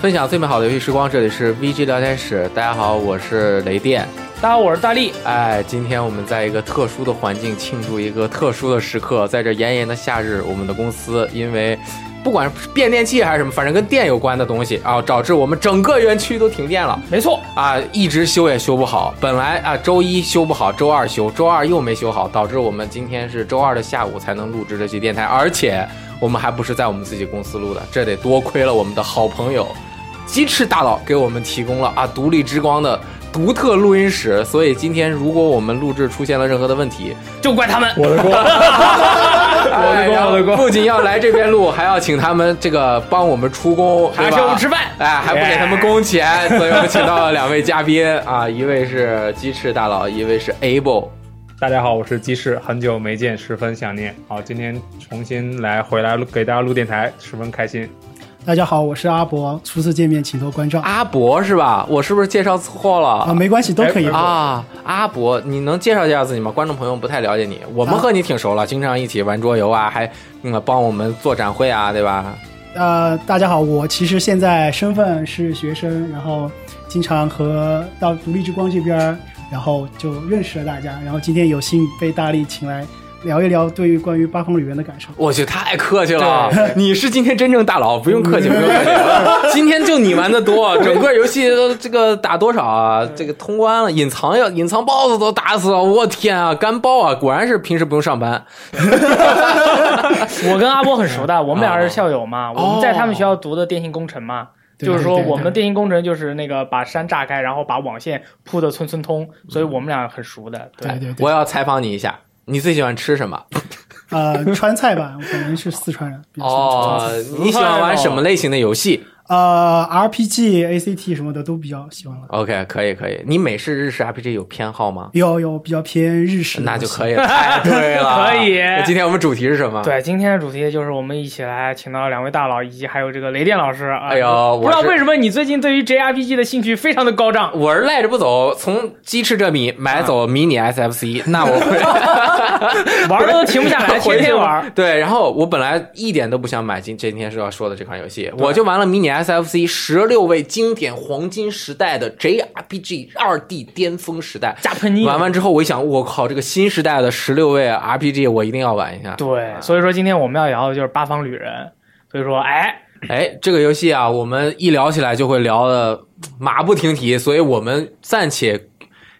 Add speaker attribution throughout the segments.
Speaker 1: 分享最美好的游戏时光，这里是 VG 聊天室。大家好，我是雷电。
Speaker 2: 大家好，我是大力。
Speaker 1: 哎，今天我们在一个特殊的环境庆祝一个特殊的时刻，在这炎炎的夏日，我们的公司因为不管是变电器还是什么，反正跟电有关的东西啊，导致我们整个园区都停电了。
Speaker 2: 没错，
Speaker 1: 啊，一直修也修不好。本来啊，周一修不好，周二修，周二又没修好，导致我们今天是周二的下午才能录制这期电台，而且我们还不是在我们自己公司录的，这得多亏了我们的好朋友鸡翅大佬给我们提供了啊独立之光的独特录音室。所以今天如果我们录制出现了任何的问题，
Speaker 2: 就怪他们。
Speaker 3: 我的 锅，
Speaker 1: 哎
Speaker 3: 光
Speaker 1: 然
Speaker 3: 我的
Speaker 1: 后
Speaker 3: 光
Speaker 1: 不仅要来这边录， 还要请他们这个帮我们出工，对
Speaker 2: 还
Speaker 1: 吧
Speaker 2: 请我们吃饭哎
Speaker 1: 哎，还不给他们工钱，所以我们请到了两位嘉宾啊，一位是鸡翅大佬，一位是 Able。
Speaker 3: 大家好，我是鸡翅，很久没见，十分想念。好，今天重新来回来录给大家录电台，十分开心。
Speaker 4: 大家好，我是阿伯，初次见面请多关照啊
Speaker 1: 阿伯是吧？我是不是介绍错了？
Speaker 4: 没关系，都可以
Speaker 3: 哎。
Speaker 1: 啊，阿伯，你能介绍介绍自己吗？观众朋友不太了解你，我们
Speaker 4: 啊
Speaker 1: 和你挺熟了，经常一起玩桌游啊，还嗯帮我们做展会啊，对吧？
Speaker 4: 呃，大家好，我其实现在身份是学生，然后经常和到独立之光这边儿，然后就认识了大家，然后今天有幸被大力请来聊一聊对于关于八方旅人的感受。
Speaker 1: 我去，太客气了！ 你是今天真正大佬，不用客气，不用客气。今天就你玩的多，整个游戏都这个打多少啊？这个通关了，隐藏要隐藏 BOSS 都打死了，我天啊，干爆啊！果然是平时不用上班。
Speaker 2: 我跟阿波很熟的，我们俩是校友嘛，
Speaker 1: 哦
Speaker 2: 我们在他们学校读的电信工程嘛。
Speaker 4: 对
Speaker 2: 就是说，
Speaker 4: 对对
Speaker 2: 我们电信工程就是那个把山炸开，然后把网线铺的村村通，所以我们俩很熟的。对，
Speaker 4: 对对对，
Speaker 1: 我要采访你一下，你最喜欢吃什么？
Speaker 4: 呃，川菜吧，我可能是四川人，比较喜欢吃川菜
Speaker 1: 哦， 你喜欢玩什么类型的游戏
Speaker 4: 呃，RPG、ACT 什么的都比较喜欢了。
Speaker 1: ？OK，可以可以。你美式、日式 RPG 有偏好吗？
Speaker 4: 有有比较偏日式的
Speaker 1: 那
Speaker 4: 东西，
Speaker 1: 就可以了，太对 了。
Speaker 2: 可以
Speaker 1: 那今天我们主题是什么？。
Speaker 2: 对，今天的主题就是我们一起来请到了两位大佬，以及还有这个雷电老师啊。
Speaker 1: 哎呦我
Speaker 2: 不知道
Speaker 1: 是
Speaker 2: 为什么你最近对于 JRPG 的兴趣非常的高涨。
Speaker 1: 我是赖着不走，从鸡翅这米买
Speaker 2: 啊
Speaker 1: 走迷你 SFC，、那 我会
Speaker 2: 玩的都停不下来，
Speaker 1: 回
Speaker 2: 天
Speaker 1: 去
Speaker 2: 天玩。。
Speaker 1: 对，然后 我本来一点都不想买今今天是要说的这款游戏，我就玩了迷你 SFC 十六位经典黄金时代的 JRPG 二 D 巅峰时代。
Speaker 2: 加喷你
Speaker 1: 玩完之后，我一想，我靠，这个新时代的十六位 RPG 我一定要玩一下。
Speaker 2: 对，所以说今天我们要聊的就是八方旅人。所以说，哎，
Speaker 1: 哎，这个游戏啊，我们一聊起来就会聊的马不停蹄，所以我们暂且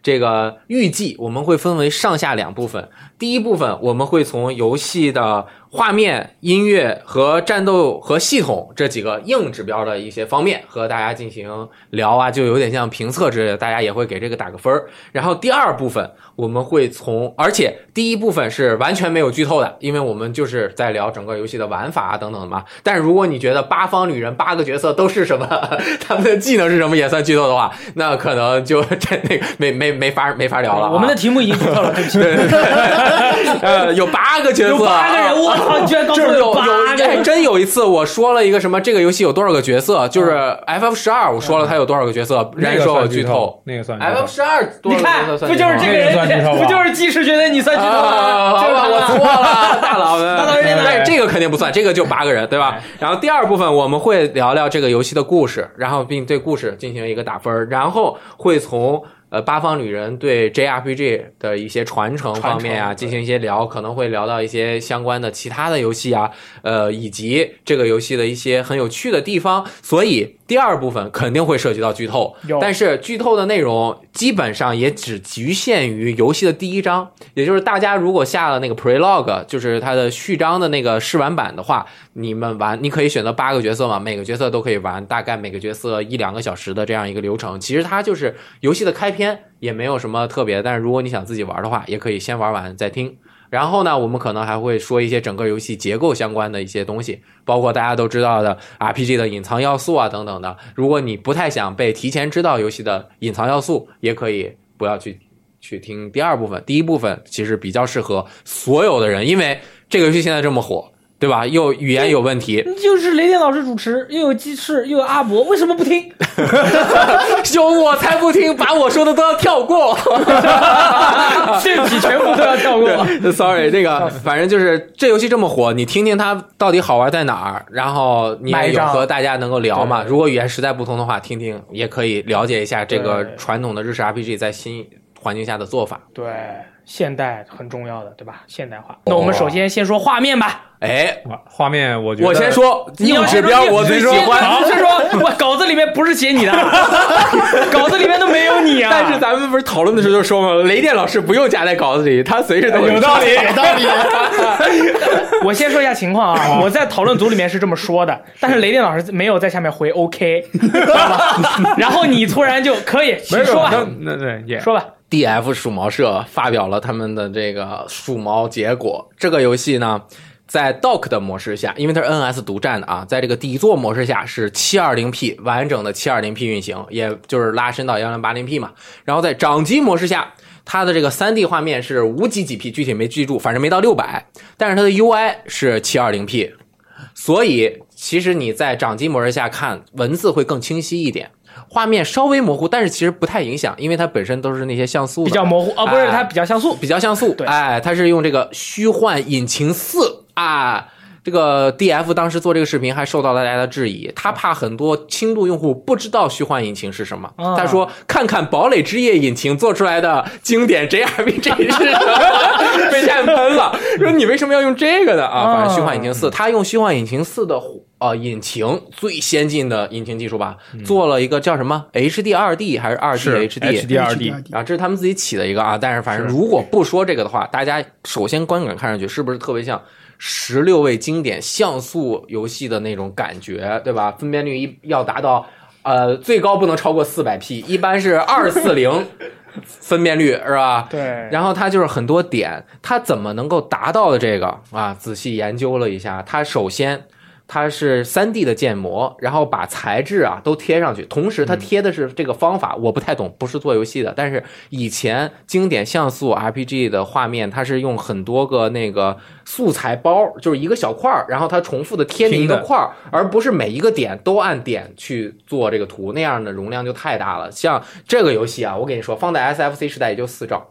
Speaker 1: 这个预计我们会分为上下两部分。第一部分我们会从游戏的画面、音乐和战斗和系统这几个硬指标的一些方面和大家进行聊啊，就有点像评测之类的，大家也会给这个打个分儿。然后第二部分我们会从，而且第一部分是完全没有剧透的，因为我们就是在聊整个游戏的玩法啊等等的嘛。但如果你觉得八方旅人八个角色都是什么， 他们的技能是什么也算剧透的话，那可能就这那个没没没法没法聊了啊、
Speaker 2: 我们的题目已经读 到了，对不起。
Speaker 1: 对对对， 呃，有八个角色，
Speaker 2: 有八个人，我操！你居然告诉
Speaker 1: 这
Speaker 2: 我
Speaker 1: 儿有
Speaker 2: 八
Speaker 1: 有
Speaker 2: 个
Speaker 1: 哎，
Speaker 2: 人，
Speaker 1: 真有一次我说了一个什么，这个游戏有多少个角色？就是
Speaker 2: 嗯
Speaker 1: F F 十二，我说了它有多少个角色，
Speaker 3: 那
Speaker 1: 人
Speaker 3: 个
Speaker 1: 说我
Speaker 3: 算
Speaker 1: 剧透。，哎
Speaker 3: 那个算剧
Speaker 1: F
Speaker 3: 透
Speaker 1: F。十二，
Speaker 2: 你看，不就是这个
Speaker 3: 那个算剧透
Speaker 2: 人，
Speaker 3: 吧
Speaker 2: 不就是技师觉得你算剧透
Speaker 1: 啊，
Speaker 2: 吗？
Speaker 1: 好
Speaker 2: 就是
Speaker 1: 吧，
Speaker 2: 他
Speaker 1: 我错
Speaker 2: 了。
Speaker 1: 了，大佬哎们，
Speaker 2: 大佬认了
Speaker 1: 对这个肯定不算，这个就八个人，对吧？然后第二部分我们会聊聊这个游戏的故事，然后并对故事进行一个打分儿，然后会从。呃，八方旅人对 JRPG 的一些传承方面啊，进行一些聊，可能会聊到一些相关的其他的游戏啊，呃，以及这个游戏的一些很有趣的地方。所以第二部分肯定会涉及到剧透，
Speaker 2: 有
Speaker 1: 但是剧透的内容基本上也只局限于游戏的第一章，也就是大家如果下了那个 Prelog，就是它的序章的那个试玩版的话，你们玩你可以选择八个角色嘛，每个角色都可以玩，大概每个角色一两个小时的这样一个流程。其实它就是游戏的开篇，也没有什么特别的。但是如果你想自己玩的话，也可以先玩完再听。然后呢，我们可能还会说一些整个游戏结构相关的一些东西，包括大家都知道的 RPG 的隐藏要素啊等等的。如果你不太想被提前知道游戏的隐藏要素，也可以不要去去听第二部分。第一部分其实比较适合所有的人，因为这个游戏现在这么火，对吧？又语言有问题，
Speaker 2: 就是雷电老师主持，又有鸡翅，又有阿伯，为什么不听？
Speaker 1: 兄我才不听，把我说的都要跳过。
Speaker 2: 对不起，全部都要跳过。
Speaker 1: Sorry，那个反正就是这游戏这么火，你听听它到底好玩在哪儿，然后你
Speaker 2: 买
Speaker 1: 也
Speaker 2: 一
Speaker 1: 有
Speaker 2: 张
Speaker 1: 和大家能够聊嘛。
Speaker 2: 对
Speaker 1: 如果语言实在不通的话，听听也可以了解一下这个
Speaker 2: 对
Speaker 1: 传统的日式 RPG 在新环境下的做法。
Speaker 2: 对，现代很重要的，对吧？现代化。那我们首先先说画面吧。
Speaker 1: 哎，
Speaker 3: 哇画面我觉得
Speaker 1: 我先说硬指标，我最喜欢。
Speaker 2: 是说，我稿子里面不是写你的，啊 稿子里面都没有你啊。
Speaker 1: 但是咱们不是讨论的时候就说嘛，雷电老师不用加在稿子里，他随时都
Speaker 3: 有道理。
Speaker 4: 道理。
Speaker 2: 我先说一下情况啊，我在讨论组里面是这么说的，但是雷电老师没有在下面回 OK，知道吧然后你突然就可以，
Speaker 3: 没
Speaker 2: 请
Speaker 3: 有
Speaker 2: 说吧，
Speaker 3: 那那对也
Speaker 2: 说吧，
Speaker 1: D F 鼠毛社发表了他们的这个鼠毛结果。这个游戏呢，在 Dock 的模式下，因为它是 N S 独占的啊，在这个底座模式下是 720P 完整的 720P 运行，也就是拉伸到 1080P 嘛。然后在掌机模式下，它的这个 3D 画面是无几几 P，具体没记住，反正没到600，但是它的 UI 是 720P，所以其实你在掌机模式下看文字会更清晰一点。画面稍微模糊，但是其实不太影响，因为它本身都是那些像素的
Speaker 2: 比较模糊啊，不是
Speaker 1: 哎
Speaker 2: 它比较像素，
Speaker 1: 比较像素，
Speaker 2: 对
Speaker 1: 哎，它是用这个虚幻引擎四啊。这个 D F 当时做这个视频还受到了大家的质疑，他怕很多轻度用户不知道虚幻引擎是什么。
Speaker 2: 啊
Speaker 1: 他说：“看看《堡垒之夜》引擎做出来的经典 J R P G 是什么？”被弹喷了，说你为什么要用这个呢？啊，反正虚幻引擎四，他用虚幻引擎四的呃引擎最先进的引擎技术吧，做了一个叫什么 H D 二 D 还是二 D
Speaker 3: 是
Speaker 1: H D
Speaker 3: HDRD
Speaker 4: 嗯
Speaker 1: 啊，这是他们自己起的一个啊，但是反正如果不说这个的话，大家首先观感看上去是不是特别像十六位经典像素游戏的那种感觉，对吧？分辨率一要达到呃最高不能超过四百 P，一般是二四零分辨率是吧？
Speaker 2: 对，
Speaker 1: 然后它就是很多点，它怎么能够达到的这个啊？仔细研究了一下，它首先它是3 D 的建模，然后把材质啊都贴上去，同
Speaker 3: 嗯
Speaker 1: 时它贴的是这个方法，我不太懂，不是做游戏的，但是以前经典像素 RPG 的画面，它是用很多个那个素材包，就是一个小块儿，然后它重复的贴你一个
Speaker 3: 拼的
Speaker 1: 块儿，而不是每一个点都按点去做这个图，那样的容量就太大了。像这个游戏啊，我跟你说，放在 SFC 时代也就四兆。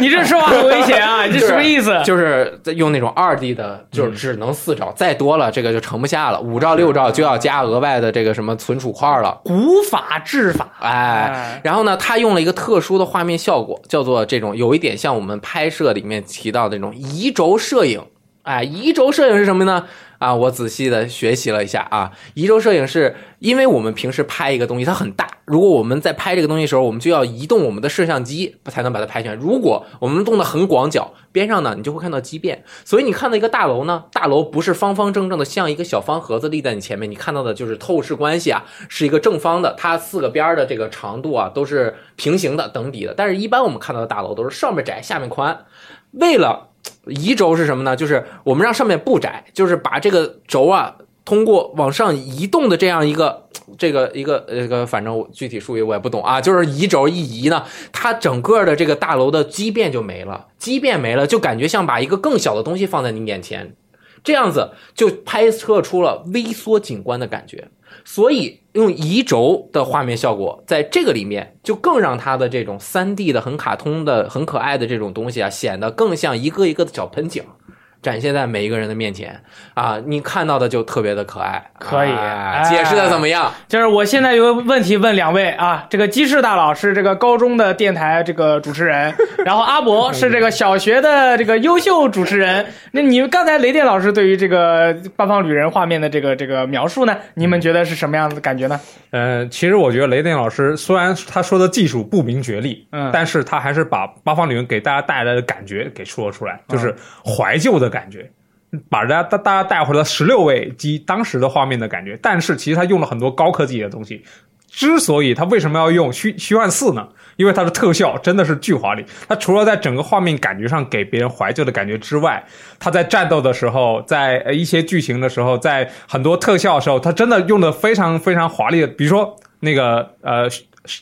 Speaker 2: 你这说话很危险 啊，你这什么意思？
Speaker 1: 就是在用那种二 D 的，就是只能四兆，再多了这个就盛不下了，五兆六兆就要加额外的这个什么存储块了，
Speaker 2: 古法制法，
Speaker 1: 哎。
Speaker 3: 啊
Speaker 2: 哎，
Speaker 1: 然后呢，它用了一个特殊的画面效果，叫做这种有一点像我们拍摄里面提到的那种移轴摄影。哎，移轴摄影是什么呢？啊，我仔细的学习了一下啊，移轴摄影是因为我们平时拍一个东西它很大，如果我们在拍这个东西的时候，我们就要移动我们的摄像机才能把它拍全。如果我们动的很广角，边上呢你就会看到畸变。所以你看到一个大楼呢，大楼不是方方正正的，像一个小方盒子立在你前面，你看到的就是透视关系啊，是一个正方的，它四个边儿的这个长度啊都是平行的、等比的。但是，一般我们看到的大楼都是上面窄，下面宽。为了嘖移轴是什么呢？就是我们让上面不窄，就是把这个轴啊通过往上移动的这样一个嘖这个一个呃这个，反正我具体术语我也不懂啊。就是移轴一移呢，它整个的这个大楼的畸变就没了，畸变没了，就感觉像把一个更小的东西放在你眼前，这样子就拍摄出了微缩景观的感觉。所以用移轴的画面效果，在这个里面就更让它的这种3 D 的很卡通的、很可爱的这种东西啊，显得更像一个一个的小盆景，展现在每一个人的面前啊，你看到的就特别的可爱。
Speaker 2: 可以
Speaker 1: 啊
Speaker 2: 哎
Speaker 1: 解释的怎么样？
Speaker 2: 就是我现在有个问题问两位啊，这个鸡翅大佬是这个高中的电台这个主持人，然后阿
Speaker 3: 嗯
Speaker 2: 伯是这个小学的这个优秀主持人。那你们刚才雷电老师对于这个《八方旅人》画面的这个这个描述呢，你
Speaker 3: 嗯
Speaker 2: 们觉得是什么样的感觉呢？
Speaker 3: 呃，其实我觉得雷电老师虽然他说的技术不明觉厉，
Speaker 2: 嗯
Speaker 3: 但是他还是把八方旅人给大家带来的感觉给说出来，就是怀旧的感觉，把大家大大家带回了十六位机当时的画面的感觉。但是其实他用了很多高科技的东西。之所以他为什么要用虚虚幻四呢？因为它的特效真的是巨华丽。它除了在整个画面感觉上给别人怀旧的感觉之外，它在战斗的时候，在呃一些剧情的时候，在很多特效的时候，它真的用的非常非常华丽的。比如说那个呃，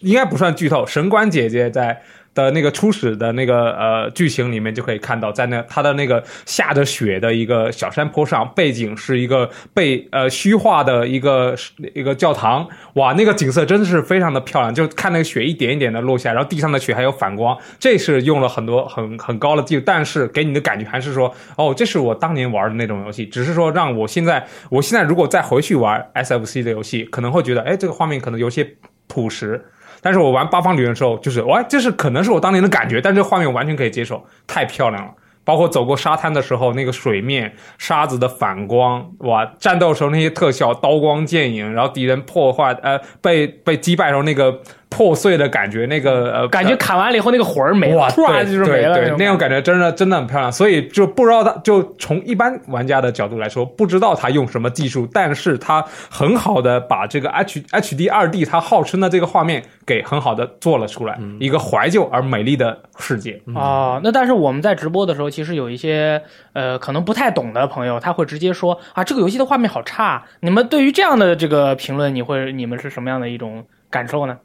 Speaker 3: 应该不算剧透，神官姐姐在。的那个初始的那个呃剧情里面就可以看到，在那她的那个下着雪的一个小山坡上，背景是一个被呃虚化的一个一个教堂，哇，那个景色真的是非常的漂亮，就看那个雪一点一点的落下，然后地上的雪还有反光，这是用了很多很很高的技术，但是给你的感觉还是说，哦，这是我当年玩的那种游戏，只是说让我现在，我现在如果再回去玩 SFC 的游戏，可能会觉得，哎，这个画面可能有些朴实，但是我玩八方旅人的时候，就是哇，这是可能是我当年的感觉，但这个画面我完全可以接受，太漂亮了。包括走过沙滩的时候，那个水面沙子的反光，哇！战斗时候那些特效，刀光剑影，然后敌人破坏，呃，被被击败时候那个破碎的感觉，那个呃，
Speaker 2: 感觉砍完了以后那个魂儿没了，
Speaker 3: 哇，
Speaker 2: 突然就是
Speaker 3: 对
Speaker 2: 没了
Speaker 3: 对
Speaker 2: 种
Speaker 3: 对，那种感觉真的真的很漂亮。所以就不知道他，就从一般玩家的角度来说，不知道他用什么技术，但是他很好的把这个 H H D 二 D 他号称的这个画面给很好的做了出来，一个怀旧而美丽的世界。啊
Speaker 2: 哦，那但是我们在直播的时候，其实有一些呃可能不太懂的朋友，他会直接说啊，这个游戏的画面好差。你们对于这样的这个评论，你会你们是什么样的一种感受呢？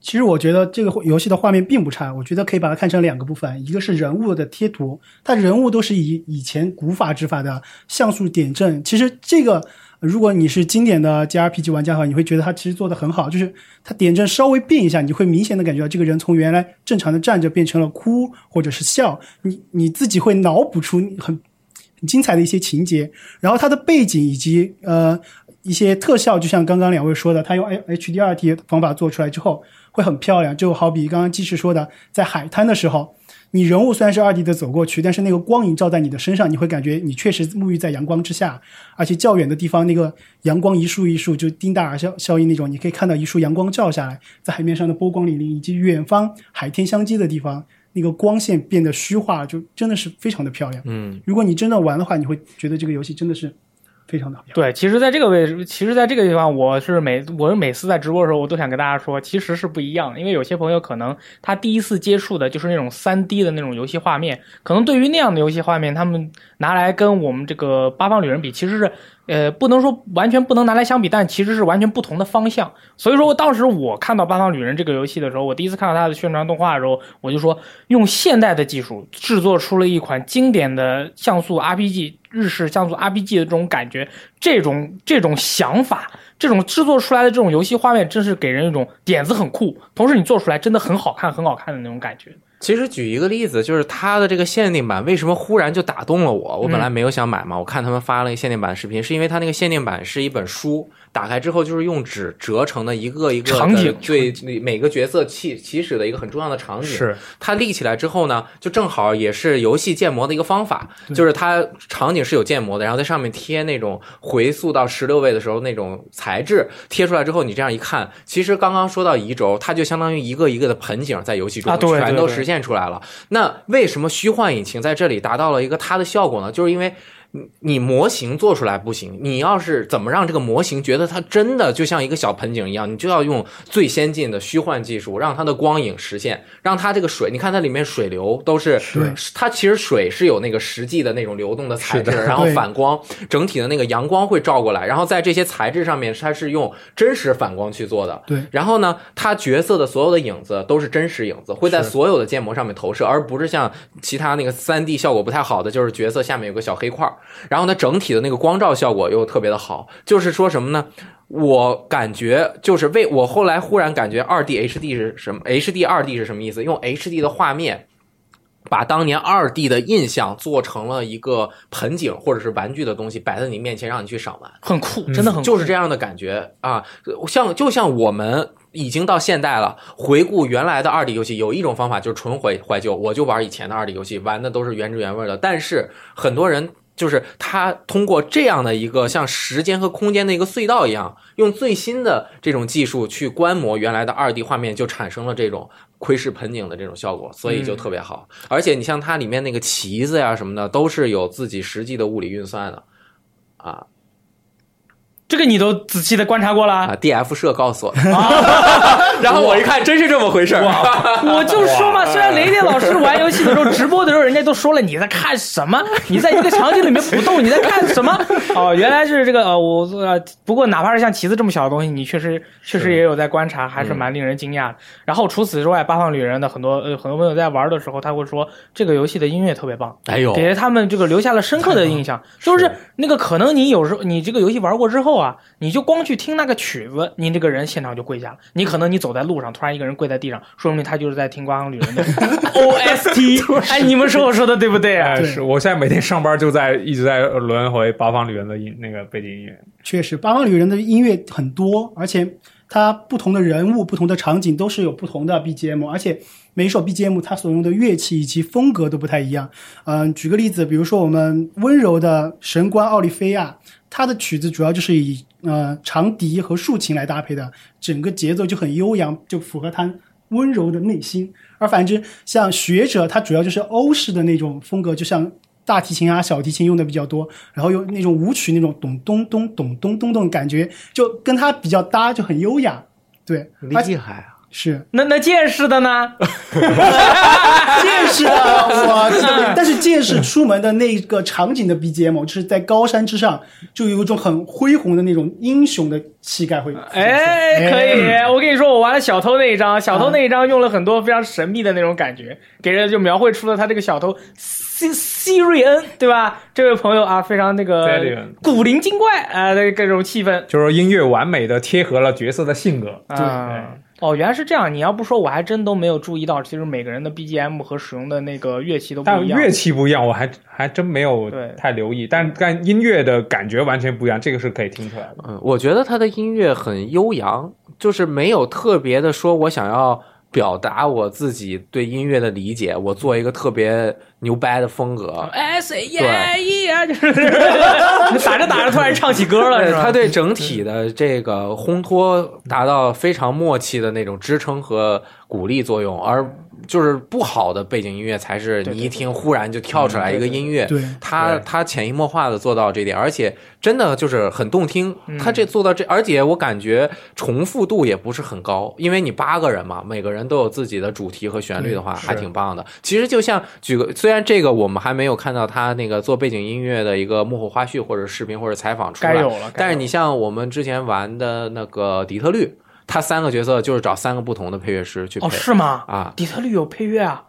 Speaker 4: 其实我觉得这个游戏的画面并不差，我觉得可以把它看成两个部分，一个是人物的贴图，它人物都是以以前古法执法的像素点阵。其实这个，呃如果你是经典的 JRPG 玩家的话，你会觉得它其实做的很好，就是它点阵稍微变一下，你会明显的感觉到这个人从原来正常的站着变成了哭或者是笑，你你自己会脑补出很很精彩的一些情节，然后它的背景以及呃一些特效，就像刚刚两位说的，它用 H D R T 方法做出来之后会很漂亮，就好比刚刚技师说的，在海滩的时候，你人物虽然是二 D 的走过去，但是那个光影照在你的身上，你会感觉你确实沐浴在阳光之下，而且较远的地方那个阳光一束一束，就丁达尔效效应那种，你可以看到一束阳光照下来，在海面上的波光粼粼，以及远方海天相接的地方。那个光线变得虚化，就真的是非常的漂亮。
Speaker 1: 嗯，
Speaker 4: 如果你真的玩的话，你会觉得这个游戏真的是非常的好。
Speaker 2: 对，其实在这个位置，其实在这个地方，我是每我是每次在直播的时候，我都想跟大家说，其实是不一样的，因为有些朋友可能他第一次接触的就是那种三 D 的那种游戏画面，可能对于那样的游戏画面，他们拿来跟我们这个《八方旅人》比，其实是呃不能说完全不能拿来相比，但其实是完全不同的方向。所以说我当时我看到《八方旅人》这个游戏的时候，我第一次看到它的宣传动画的时候，我就说用现代的技术制作出了一款经典的像素 RPG。日式像素 RPG 的这种感觉，这种这种想法，这种制作出来的这种游戏画面，真是给人一种点子很酷，同时你做出来真的很好看，很好看的那种感觉。
Speaker 1: 其实举一个例子，就是它的这个限定版为什么忽然就打动了我？我本
Speaker 2: 嗯
Speaker 1: 来没有想买嘛，我看他们发了一个限定版视频，是因为它那个限定版是一本书，打开之后就是用纸折成的一个一个的呃
Speaker 2: 场景
Speaker 1: 对每个角色起起始的一个很重要的场景。
Speaker 3: 是
Speaker 1: 它立起来之后呢，就正好也是游戏建模的一个方法，就是它场景是有建模的，然后在上面贴那种回溯到十六位的时候那种材质，贴出来之后你这样一看，其实刚刚说到移轴，它就相当于一个一个的盆景在游戏中
Speaker 2: 啊对
Speaker 1: 全都
Speaker 2: 对对
Speaker 1: 实现出来了。那为什么虚幻引擎在这里达到了一个它的效果呢？就是因为你你模型做出来不行，你要是怎么让这个模型觉得它真的就像一个小盆景一样，你就要用最先进的虚幻技术，让它的光影实现，让它这个水，你看它里面水流都是，
Speaker 4: 是
Speaker 1: 它其实水是有那个实际的那种流动的材质，然后
Speaker 4: 对
Speaker 1: 反光，整体的那个阳光会照过来，然后在这些材质上面，它是用真实反光去做的，
Speaker 4: 对
Speaker 1: 然后呢，它角色的所有的影子都是真实影子，会在
Speaker 3: 是
Speaker 1: 所有的建模上面投射，而不是像其他那个三 D 效果不太好的，就是角色下面有个小黑块儿。然后呢，整体的那个光照效果又特别的好，就是说什么呢？我感觉就是为我后来忽然感觉二 D HD 是什么？HD 二 D 是什么意思？用 HD 的画面。把当年二 D 的印象做成了一个盆景或者是玩具的东西摆在你面前，让你去赏玩。
Speaker 2: 很酷，真的很酷
Speaker 1: 嗯就是这样的感觉啊，像就像我们。已经到现代了，回顾原来的二 D 游戏，有一种方法就是纯怀怀旧，我就玩以前的二 D 游戏，玩的都是原汁原味的。但是很多人就是他通过这样的一个像时间和空间的一个隧道一样，用最新的这种技术去观摩原来的二 D 画面，就产生了这种窥视盆景的这种效果，所以就特别好。
Speaker 2: 嗯
Speaker 1: 而且你像它里面那个旗子呀什么的，都是有自己实际的物理运算的啊。
Speaker 2: 这个你都仔细的观察过了啊
Speaker 1: 啊，DF 社告 诉我 的。然后我一看，真是这么回事儿。
Speaker 2: 我就说嘛，虽然雷电老师玩游戏的时候直播的时候，人家都说了你在看什么，你在一个场景里面不动，你在看什么？ 哦，原来是这个呃，我呃，不过哪怕是像旗子这么小的东西，你确实确实也有在观察，还是蛮令人惊讶的。然后除此之外，八方旅人的很多呃很多朋友在玩的时候，他会说这个游戏的音乐特别棒，
Speaker 1: 哎呦，
Speaker 2: 给他们这个留下了深刻的印象，就是那个可能你有时候你这个游戏玩过之后啊，你就光去听那个曲子，你这个人现场就跪下了。你可能你走在路上，突然一个人跪在地 上，说明他就是在听《瓜行旅人》 的 OST。哎，你们说我说的对不对啊？
Speaker 3: 哎，
Speaker 4: 对
Speaker 3: 是我现在每天上班就在一直在轮回八方旅人的音那个背景音乐，
Speaker 4: 确实，《八方旅人》的音乐很多，而且它不同的人物、不同的场景都是有不同的 BGM，而且每一首 BGM 它所用的乐器以及风格都不太一样。嗯、举个例子，比如说我们温柔的神官奥利菲亚，他的曲子主要就是以呃长笛和竖琴来搭配的，整个节奏就很悠扬，就符合他温柔的内心。而反之，像学者，他主要就是欧式的那种风格，就像大提琴啊、小提琴用的比较多，然后有那种舞曲那种咚咚咚咚咚咚咚的感觉，就跟他比较搭，就很优雅。对，而且
Speaker 1: 厉害啊！
Speaker 4: 是
Speaker 2: 那那见识的呢？
Speaker 4: 见识啊，我对但是见识出门的那个场景的 BGM，就是在高山之上，就有一种很恢宏的那种英雄的气概会。
Speaker 2: 哎，可以！我跟你说，我玩了小偷那一章，小偷那一章用了很多非常神秘的那种感觉，给人就描绘出了他这个小偷西西瑞恩，对吧？这位朋友啊，非常那个
Speaker 3: Zarian
Speaker 2: 古灵精怪啊，那、各种气氛
Speaker 3: 就是音乐完美的贴合了角色的性格。
Speaker 2: 啊。哦，原来是这样！你要不说，我还真都没有注意到，其实每个人的 BGM 和使用的那个乐器都不
Speaker 3: 但
Speaker 2: 一样。
Speaker 3: 乐器不一样，我还还真没有
Speaker 2: 对
Speaker 3: 太留意，但但音乐的感觉完全不一样，这个是可以听出来的。
Speaker 1: 嗯，我觉得他的音乐很悠扬，就是没有特别的说我想要表达我自己对音乐的理解，我做一个特别牛掰的风格。
Speaker 2: S A E 啊，就是 打着打着突然唱起歌了，
Speaker 1: 对
Speaker 2: 是吧？
Speaker 1: 他对整体的这个烘托达到非常默契的那种支撑和鼓励作用，而就是不好的背景音乐才是
Speaker 2: 对对嗯
Speaker 1: 你一听忽然就跳出来一个音乐，
Speaker 4: 对，
Speaker 1: 他
Speaker 3: 对
Speaker 1: 他潜移默化的做到这一点，而且真的就是很动听
Speaker 2: 嗯。
Speaker 1: 他这做到这，而且我感觉重复度也不是很高，因为你八个人嘛，每个人都有自己的主题和旋律的话，还挺棒的。其实就像举个，虽然这个我们还没有看到他那个做背景音乐的一个幕后花絮或者视频或者采访出
Speaker 2: 该有
Speaker 1: 来，
Speaker 2: 了。
Speaker 1: 但
Speaker 2: 该有
Speaker 1: 是
Speaker 2: 了
Speaker 1: 你像我们之前玩的那个底特律，他三个角色就是找三个不同的配乐师去配
Speaker 2: 哦，是吗？
Speaker 1: 啊。
Speaker 2: 底特律有配乐啊。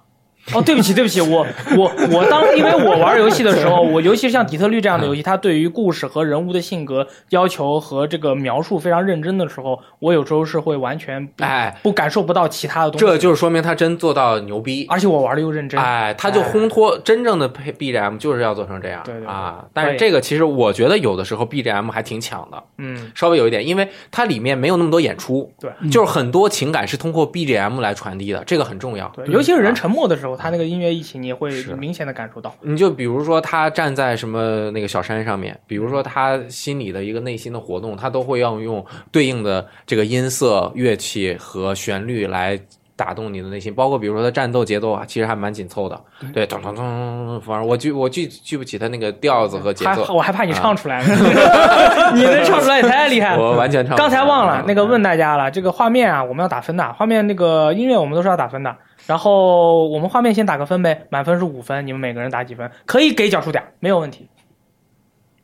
Speaker 2: 哦，对不起，对不 起，我我我当因为我玩游戏的时候，我尤其是像底特律这样的 游戏，它对于故事和人物的性格要求和这个描述非常认真的时候，我有时候是会完全不
Speaker 1: 哎，
Speaker 2: 不感受不到其他的东西，
Speaker 1: 这就是说明他真做到牛逼。
Speaker 2: 而且我玩的又认真，
Speaker 1: 哎，他就
Speaker 2: 哎
Speaker 1: 烘托真正的配 BGM 就是要做成这样
Speaker 2: 对对对
Speaker 1: 啊。但是这个其实我觉得有的时候 BGM 还挺抢的，
Speaker 2: 嗯，
Speaker 1: 稍微有一点，因为它里面没有那么多演出，
Speaker 2: 对，
Speaker 1: 就是很多情感是通过 BGM 来传递的，这个很重要。
Speaker 2: 对，尤其是人
Speaker 1: 啊
Speaker 2: 沉默的时候，他那个音乐一起，你会
Speaker 1: 是
Speaker 2: 明显的感受到，
Speaker 1: 你就比如说他站在什么那个小山上面，比如说他心里的一个内心的活动，他都会要用对应的这个音色、乐器和旋律来打动你的内心。包括比如说他战斗节奏啊，其实还蛮紧凑的，对，咚咚咚，反正我记我记记不起他那个调子和节
Speaker 2: 还
Speaker 1: 奏，
Speaker 2: 我还怕你唱出 来呢，你能唱出来也太厉害了，
Speaker 1: 我完全唱不出来。
Speaker 2: 刚才忘了
Speaker 1: 嗯
Speaker 2: 那个问大家了，这个画面啊，我们要打分的，画面那个音乐我们都是要打分的。然后我们画面先打个分呗，满分是五分，你们每个人打几分？可以给小数点，没有问题。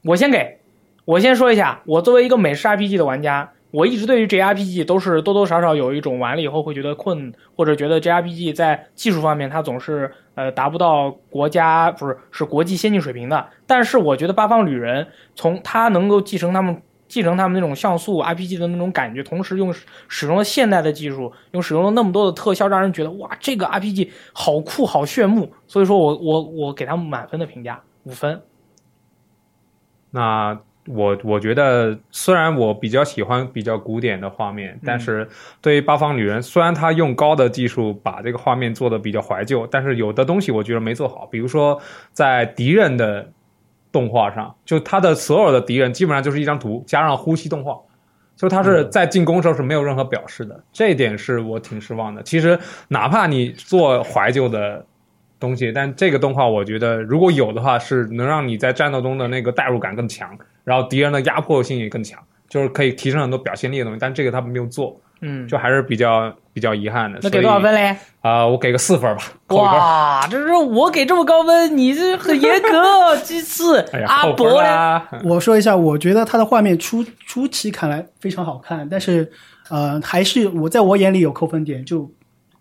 Speaker 2: 我先给，我先说一下，我作为一个美式 RPG 的玩家，我一直对于 JRPG 都是多多少少有一种玩了以后会觉得困，或者觉得 JRPG 在技术方面它总是呃达不到国家不是是国际先进水平的。但是我觉得《八方旅人》从它能够继承他们继承他们那种像素 RPG 的那种感觉，同时用使用了现代的技术，用使用了那么多的特效，让人觉得哇，这个 RPG 好酷好炫目。所以说我我我给他们满分的评价五分。
Speaker 3: 那我我觉得，虽然我比较喜欢比较古典的画
Speaker 2: 嗯
Speaker 3: 面，但是对于《八方旅人》，虽然他用高的技术把这个画面做的比较怀旧，但是有的东西我觉得没做好，比如说在敌人的动画上，就他的所有的敌人基本上就是一张图加上呼吸动画。就他
Speaker 2: 嗯
Speaker 3: 是在进攻的时候是没有任何表示的，这一点是我挺失望的。其实哪怕你做怀旧的东西，但这个动画我觉得如果有的话，是能让你在战斗中的那个代入感更强，然后敌人的压迫性也更强。就是可以提升很多表现力的东西，但这个他们没有做，
Speaker 2: 嗯，
Speaker 3: 就还是比较比较遗憾的。
Speaker 2: 那给多少分嘞？
Speaker 3: 啊、我给个四分吧，扣一分。
Speaker 2: 哇，啊这是我给这么高分，你这很严格。这次
Speaker 3: 哎呀，
Speaker 2: 阿
Speaker 3: 扣分
Speaker 2: 伯嘞，
Speaker 3: 啦！
Speaker 4: 我说一下，我觉得它的画面初初期看来非常好看，但是呃，还是我在我眼里有扣分点。就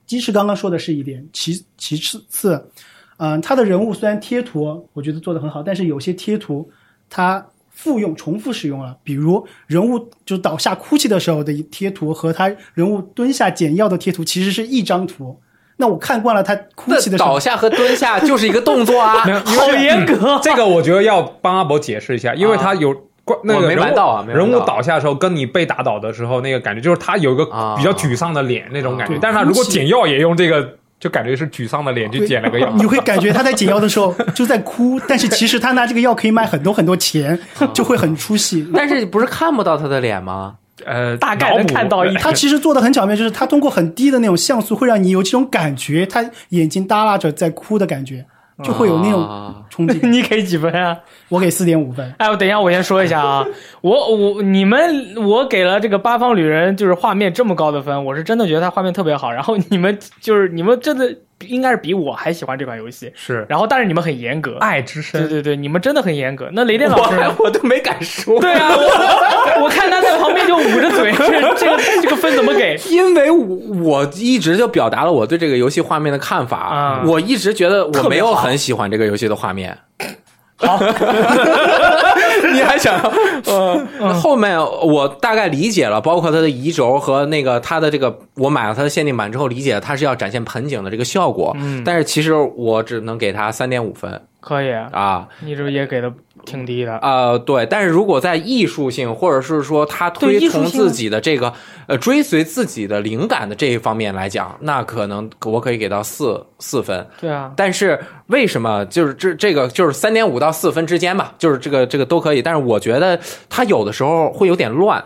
Speaker 4: 即使刚刚说的是一点，其其次次，嗯、呃，他的人物虽然贴图我觉得做的很好，但是有些贴图它复用、重复使用了，比如人物就倒下哭泣的时候的贴图和他人物蹲下捡药的贴图其实是一张图。那我看惯了他哭
Speaker 1: 那
Speaker 4: 泣的时候
Speaker 1: 倒，下和蹲下就是一个动作啊
Speaker 3: 没，有
Speaker 2: 好严格。
Speaker 3: 嗯
Speaker 2: 啊
Speaker 3: 这个我觉得要帮阿伯解释一下，因为他有关、那
Speaker 1: 我
Speaker 3: 个
Speaker 1: 没
Speaker 3: 人
Speaker 1: 玩
Speaker 3: 物
Speaker 1: 到啊没玩
Speaker 3: 人物
Speaker 1: 到啊
Speaker 3: 倒下的时候，跟你被打倒的时候那个感觉，就是他有一个
Speaker 1: 啊
Speaker 3: 比较沮丧的脸那种感觉。
Speaker 2: 啊
Speaker 4: 对
Speaker 3: 但是他如果
Speaker 4: 哭泣
Speaker 3: 捡药也用这个，就感觉是沮丧的脸去捡了个药。
Speaker 4: 你会感觉他在解药的时候就在哭，但是其实他拿这个药可以卖很多很多钱，就会很出戏。
Speaker 1: 但是不是看不到他的脸吗？
Speaker 3: 呃，
Speaker 2: 大概能
Speaker 3: 脑补
Speaker 2: 看到 一
Speaker 4: 他其实做的很巧妙，就是他通过很低的那种像素，会让你有这种感觉，他眼睛耷拉着在哭的感觉，就会有那种
Speaker 1: 啊
Speaker 4: 冲击 感。
Speaker 2: 你给几分啊？
Speaker 4: 我给四点五分，
Speaker 2: 哎，我等一下，我先说一下啊， 我我你们我给了这个《八方旅人》就是画面这么高的分，我是真的觉得它画面特别好。然后你们 就是你们真的应该是比我还喜欢这款游戏，
Speaker 3: 是
Speaker 2: 然后但是你们很严格，
Speaker 3: 爱之
Speaker 2: 对
Speaker 3: 深，
Speaker 2: 对对，你们真的很严格。那雷电
Speaker 1: 我
Speaker 2: 老师呢
Speaker 1: 还我都没敢说，
Speaker 2: 对啊， 我我看他在旁边就捂着嘴， 这这个这个分怎么给？
Speaker 1: 因为我一直就表达了我对这个游戏画面的看法，
Speaker 2: 啊
Speaker 1: 我一直觉得我没有
Speaker 2: 特别好
Speaker 1: 很喜欢这个游戏的画面。
Speaker 2: 好，
Speaker 1: 你还想要
Speaker 2: 嗯
Speaker 1: 呃，后面我大概理解了，包括它的移轴和那个它的这个，我买了它的限定版之后，理解它是要展现盆景的这个效果。
Speaker 2: 嗯
Speaker 1: 但是其实我只能给它三点五分
Speaker 2: 可以，
Speaker 1: 啊
Speaker 2: 你这也给的挺低的。
Speaker 1: 呃，对。但是如果在艺术性，或者是说它推
Speaker 2: 对艺术
Speaker 1: 崇
Speaker 2: 性
Speaker 1: 自己的这个呃追随自己的灵感的这一方面来讲，那可能我可以给到四四分。
Speaker 2: 对啊，
Speaker 1: 但是为什么就是这这个就是三点五到四分之间吧，就是这个这个都可以。但是我觉得它有的时候会有点乱，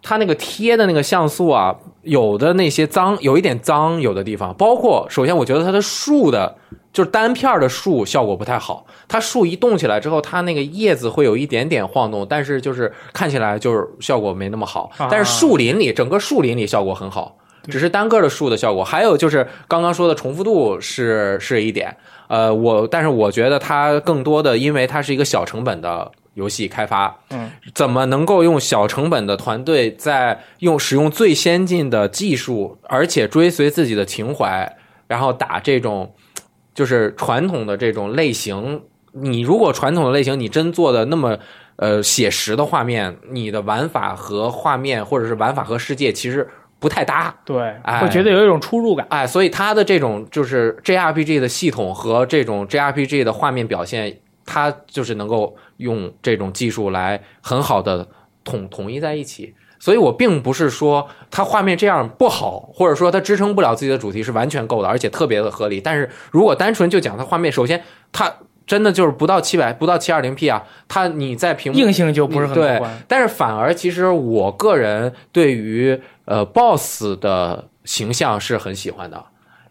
Speaker 1: 它那个贴的那个像素啊，有的那些脏，有一点脏，有的地方，包括首先我觉得它的树的。就是单片儿的树效果不太好，它树一动起来之后，它那个叶子会有一点点晃动，但是就是看起来就是效果没那么好
Speaker 2: 啊。
Speaker 1: 但是树林里整个树林里效果很好，只是单个的树的效果。还有就是刚刚说的重复度是是一点，呃，我但是我觉得它更多的，因为它是一个小成本的游戏开发，
Speaker 2: 嗯，
Speaker 1: 怎么能够用小成本的团队在用使用最先进的技术，而且追随自己的情怀，然后打这种就是传统的这种类型。你如果传统的类型，你真做的那么呃写实的画面，你的玩法和画面或者是玩法和世界其实不太搭。
Speaker 2: 对，
Speaker 1: 哎
Speaker 2: 会觉得有一种出入感。
Speaker 1: 哎，所以它的这种就是 JRPG 的系统和这种 JRPG 的画面表现，它就是能够用这种技术来很好的统统一在一起。所以我并不是说它画面这样不好，或者说它支撑不了自己的主题是完全够的，而且特别的合理。但是如果单纯就讲它画面，首先它真的就是不到七百，不到七二零 P 啊，它你在
Speaker 3: 嗯
Speaker 1: 屏幕
Speaker 2: 硬性就不是很
Speaker 1: 对
Speaker 2: 乐观。
Speaker 1: 但是反而其实我个人对于呃 BOSS 的形象是很喜欢的，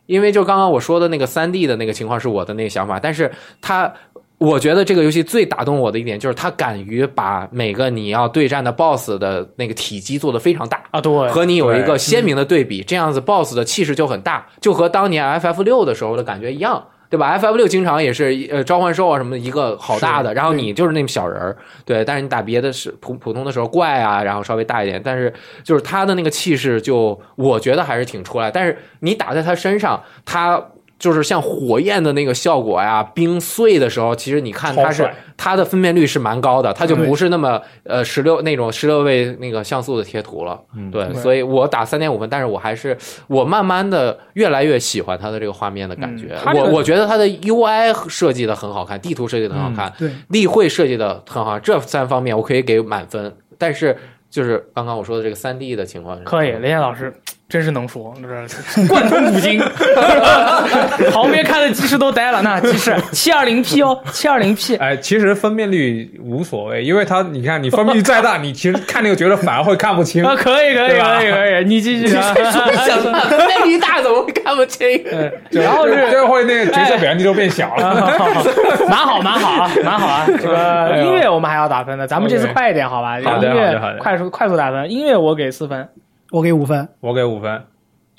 Speaker 1: 因为就刚刚我说的那个三 D 的那个情况是我的那个想法，但是他。我觉得这个游戏最打动我的一点就是，他敢于把每个你要对战的 BOSS 的那个体积做得非常大，
Speaker 2: 啊，对，
Speaker 1: 和你有一个鲜明的对比，这样子 BOSS 的气势就很大，就和当年 FF 六的时候的感觉一样，对吧？FF 六经常也是呃召唤兽啊什么的一个好大的，然后你就是那么小人儿，对，但是你打别的是普普通的时候怪啊，然后稍微大一点，但是就是他的那个气势就我觉得还是挺出来，但是你打在他身上，他。就是像火焰的那个效果呀，冰碎的时候，其实你看它
Speaker 3: 超
Speaker 1: 是
Speaker 3: 帅
Speaker 1: 它的分辨率是蛮高的，它就
Speaker 4: 对
Speaker 1: 不是那么呃十六那种十六位那个像素的贴图了。
Speaker 3: 嗯
Speaker 1: 对，
Speaker 2: 对
Speaker 1: 所以我打三点五分，但是我还是我慢慢的越来越喜欢它的这个画面的感觉。
Speaker 3: 嗯它这个
Speaker 1: 我我觉得它的 UI 设计的很好看，地图设计的很好看，
Speaker 4: 对，
Speaker 1: 例会设计的很好看，这三方面我可以给满分。但是就是刚刚我说的这个三 D 的情况是，
Speaker 2: 可以，雷燕老师，真是 能说，贯通古今。旁边看的技师都呆了，那技 师七二零 P 哦，七二零 P。
Speaker 3: 哎，其实分辨率无所谓，因为它你看你分辨率再大，你其实看那个觉得反而会看不清。
Speaker 2: 啊，可以可以
Speaker 3: 对吧
Speaker 2: 可以可以，你继 续啊。
Speaker 1: 想办法， 那一大怎么会看不清？
Speaker 2: 嗯然后是
Speaker 3: 最后那个角色表现力就变小了。
Speaker 2: 啊，好好蛮好，蛮好啊， 蛮好啊。这个
Speaker 3: 哎呦
Speaker 2: 音乐我们还要打分的，咱们这次
Speaker 3: OK
Speaker 2: 快一点好吧？
Speaker 3: 好的
Speaker 2: 音
Speaker 3: 好的好
Speaker 2: 乐
Speaker 3: 的
Speaker 2: 快速快速打分，音乐我给四分。
Speaker 4: 我给五分。
Speaker 3: 我给五分，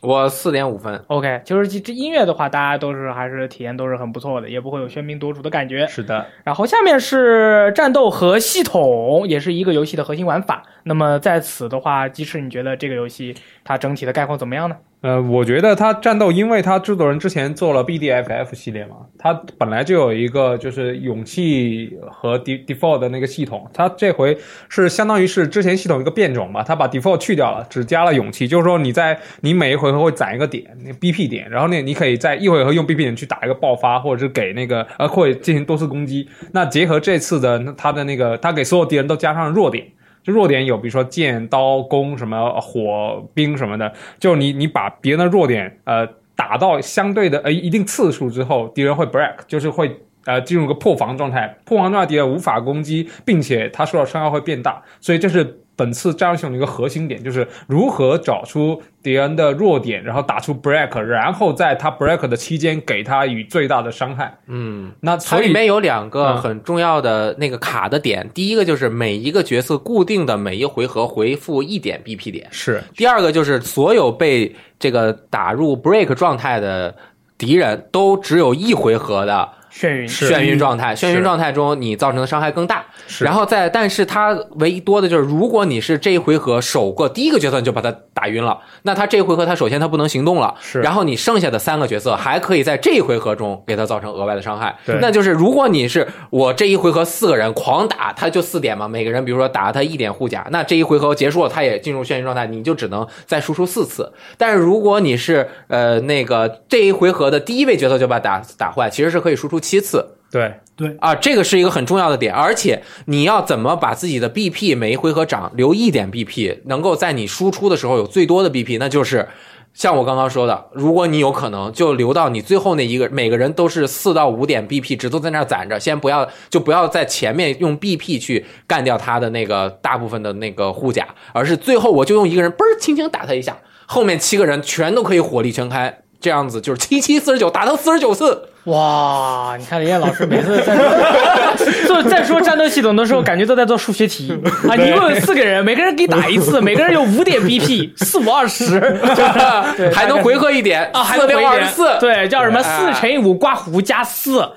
Speaker 1: 我四点五分，
Speaker 2: OK，就是这这音乐的话，大家都是还是体验都是很不错的，也不会有喧宾夺主的感觉。
Speaker 3: 是的，
Speaker 2: 然后下面是战斗和系统，也是一个游戏的核心玩法。那么在此的话，鸡翅，你觉得这个游戏它整体的概况怎么样呢？
Speaker 3: 呃，我觉得它战斗，因为它制作人之前做了 BDFF 系列嘛，它本来就有一个就是勇气和 de default 的那个系统，它这回是相当于是之前系统一个变种吧，它把 default 去掉了，只加了勇气，就是说你在你每一回合会攒一个点，那 BP 点，然后呢，你可以在一回合用 BP 点去打一个爆发，或者是给那个呃，或者进行多次攻击。那结合这次的它的那个，它给所有敌人都加上弱点。就弱点有，比如说剑、刀、弓什么火、兵什么的，就是你你把别人的弱点呃打到相对的呃一定次数之后，敌人会 break，就是会。呃，进入一个破防状态，破防状态敌人无法攻击，并且他受到伤害会变大，所以这是本次战斗系统的一个核心点，就是如何找出敌人的弱点，然后打出 break，然后在他 break 的期间给他以最大的伤害。
Speaker 1: 嗯。
Speaker 3: 那
Speaker 1: 它
Speaker 3: 所
Speaker 1: 里
Speaker 3: 以
Speaker 1: 面有两个
Speaker 3: 嗯
Speaker 1: 很重要的那个卡的点，第一个就是每一个角色固定的每一回合回复一点 BP 点，
Speaker 3: 是
Speaker 1: 第二个就是所有被这个打入 break 状态的敌人都只有一回合的
Speaker 2: 眩晕，
Speaker 3: 是
Speaker 1: 眩晕状态，
Speaker 3: 是
Speaker 1: 眩晕状态中你造成的伤害更大。
Speaker 3: 是
Speaker 1: 然后再，但是它唯一多的就是，如果你是这一回合首个第一个角色你就把他打晕了，那他这一回合他首先他不能行动了，
Speaker 3: 是
Speaker 1: 然后你剩下的三个角色还可以在这一回合中给他造成额外的伤害。
Speaker 3: 对
Speaker 1: 那就是如果你是我这一回合四个人狂打，他就四点嘛，每个人比如说打他一点护甲，那这一回合结束了，他也进入眩晕状态，你就只能再输出四次。但是如果你是呃那个这一回合的第一位角色就把打打坏，其实是可以输出七次。
Speaker 3: 对
Speaker 1: 啊，这个是一个很重要的点，而且你要怎么把自己的 BP 每一回合涨留一点 BP，能够在你输出的时候有最多的 BP，那就是像我刚刚说的，如果你有可能就留到你最后那一个，每个人都是四到五点 BP 值都在那儿攒着，先不要就不要在前面用 BP 去干掉他的那个大部分的那个护甲，而是最后我就用一个人嘣儿轻轻打他一下，后面七个人全都可以火力全开，这样子就是七七四十九打到四十九次。
Speaker 2: 哇！你看李燕老师每次在做在说 战斗系统的时候，感觉都在做数学题啊！你一共有四个人，每个人给打一次，每个人有五点 BP，四五二十 对
Speaker 1: 还能回合一点
Speaker 2: 啊，还
Speaker 1: 四
Speaker 2: 能
Speaker 1: 六
Speaker 2: 回
Speaker 1: 二
Speaker 2: 点
Speaker 1: 十四，
Speaker 2: 对，叫什么四
Speaker 1: 哎
Speaker 2: 乘以五刮胡加四，啊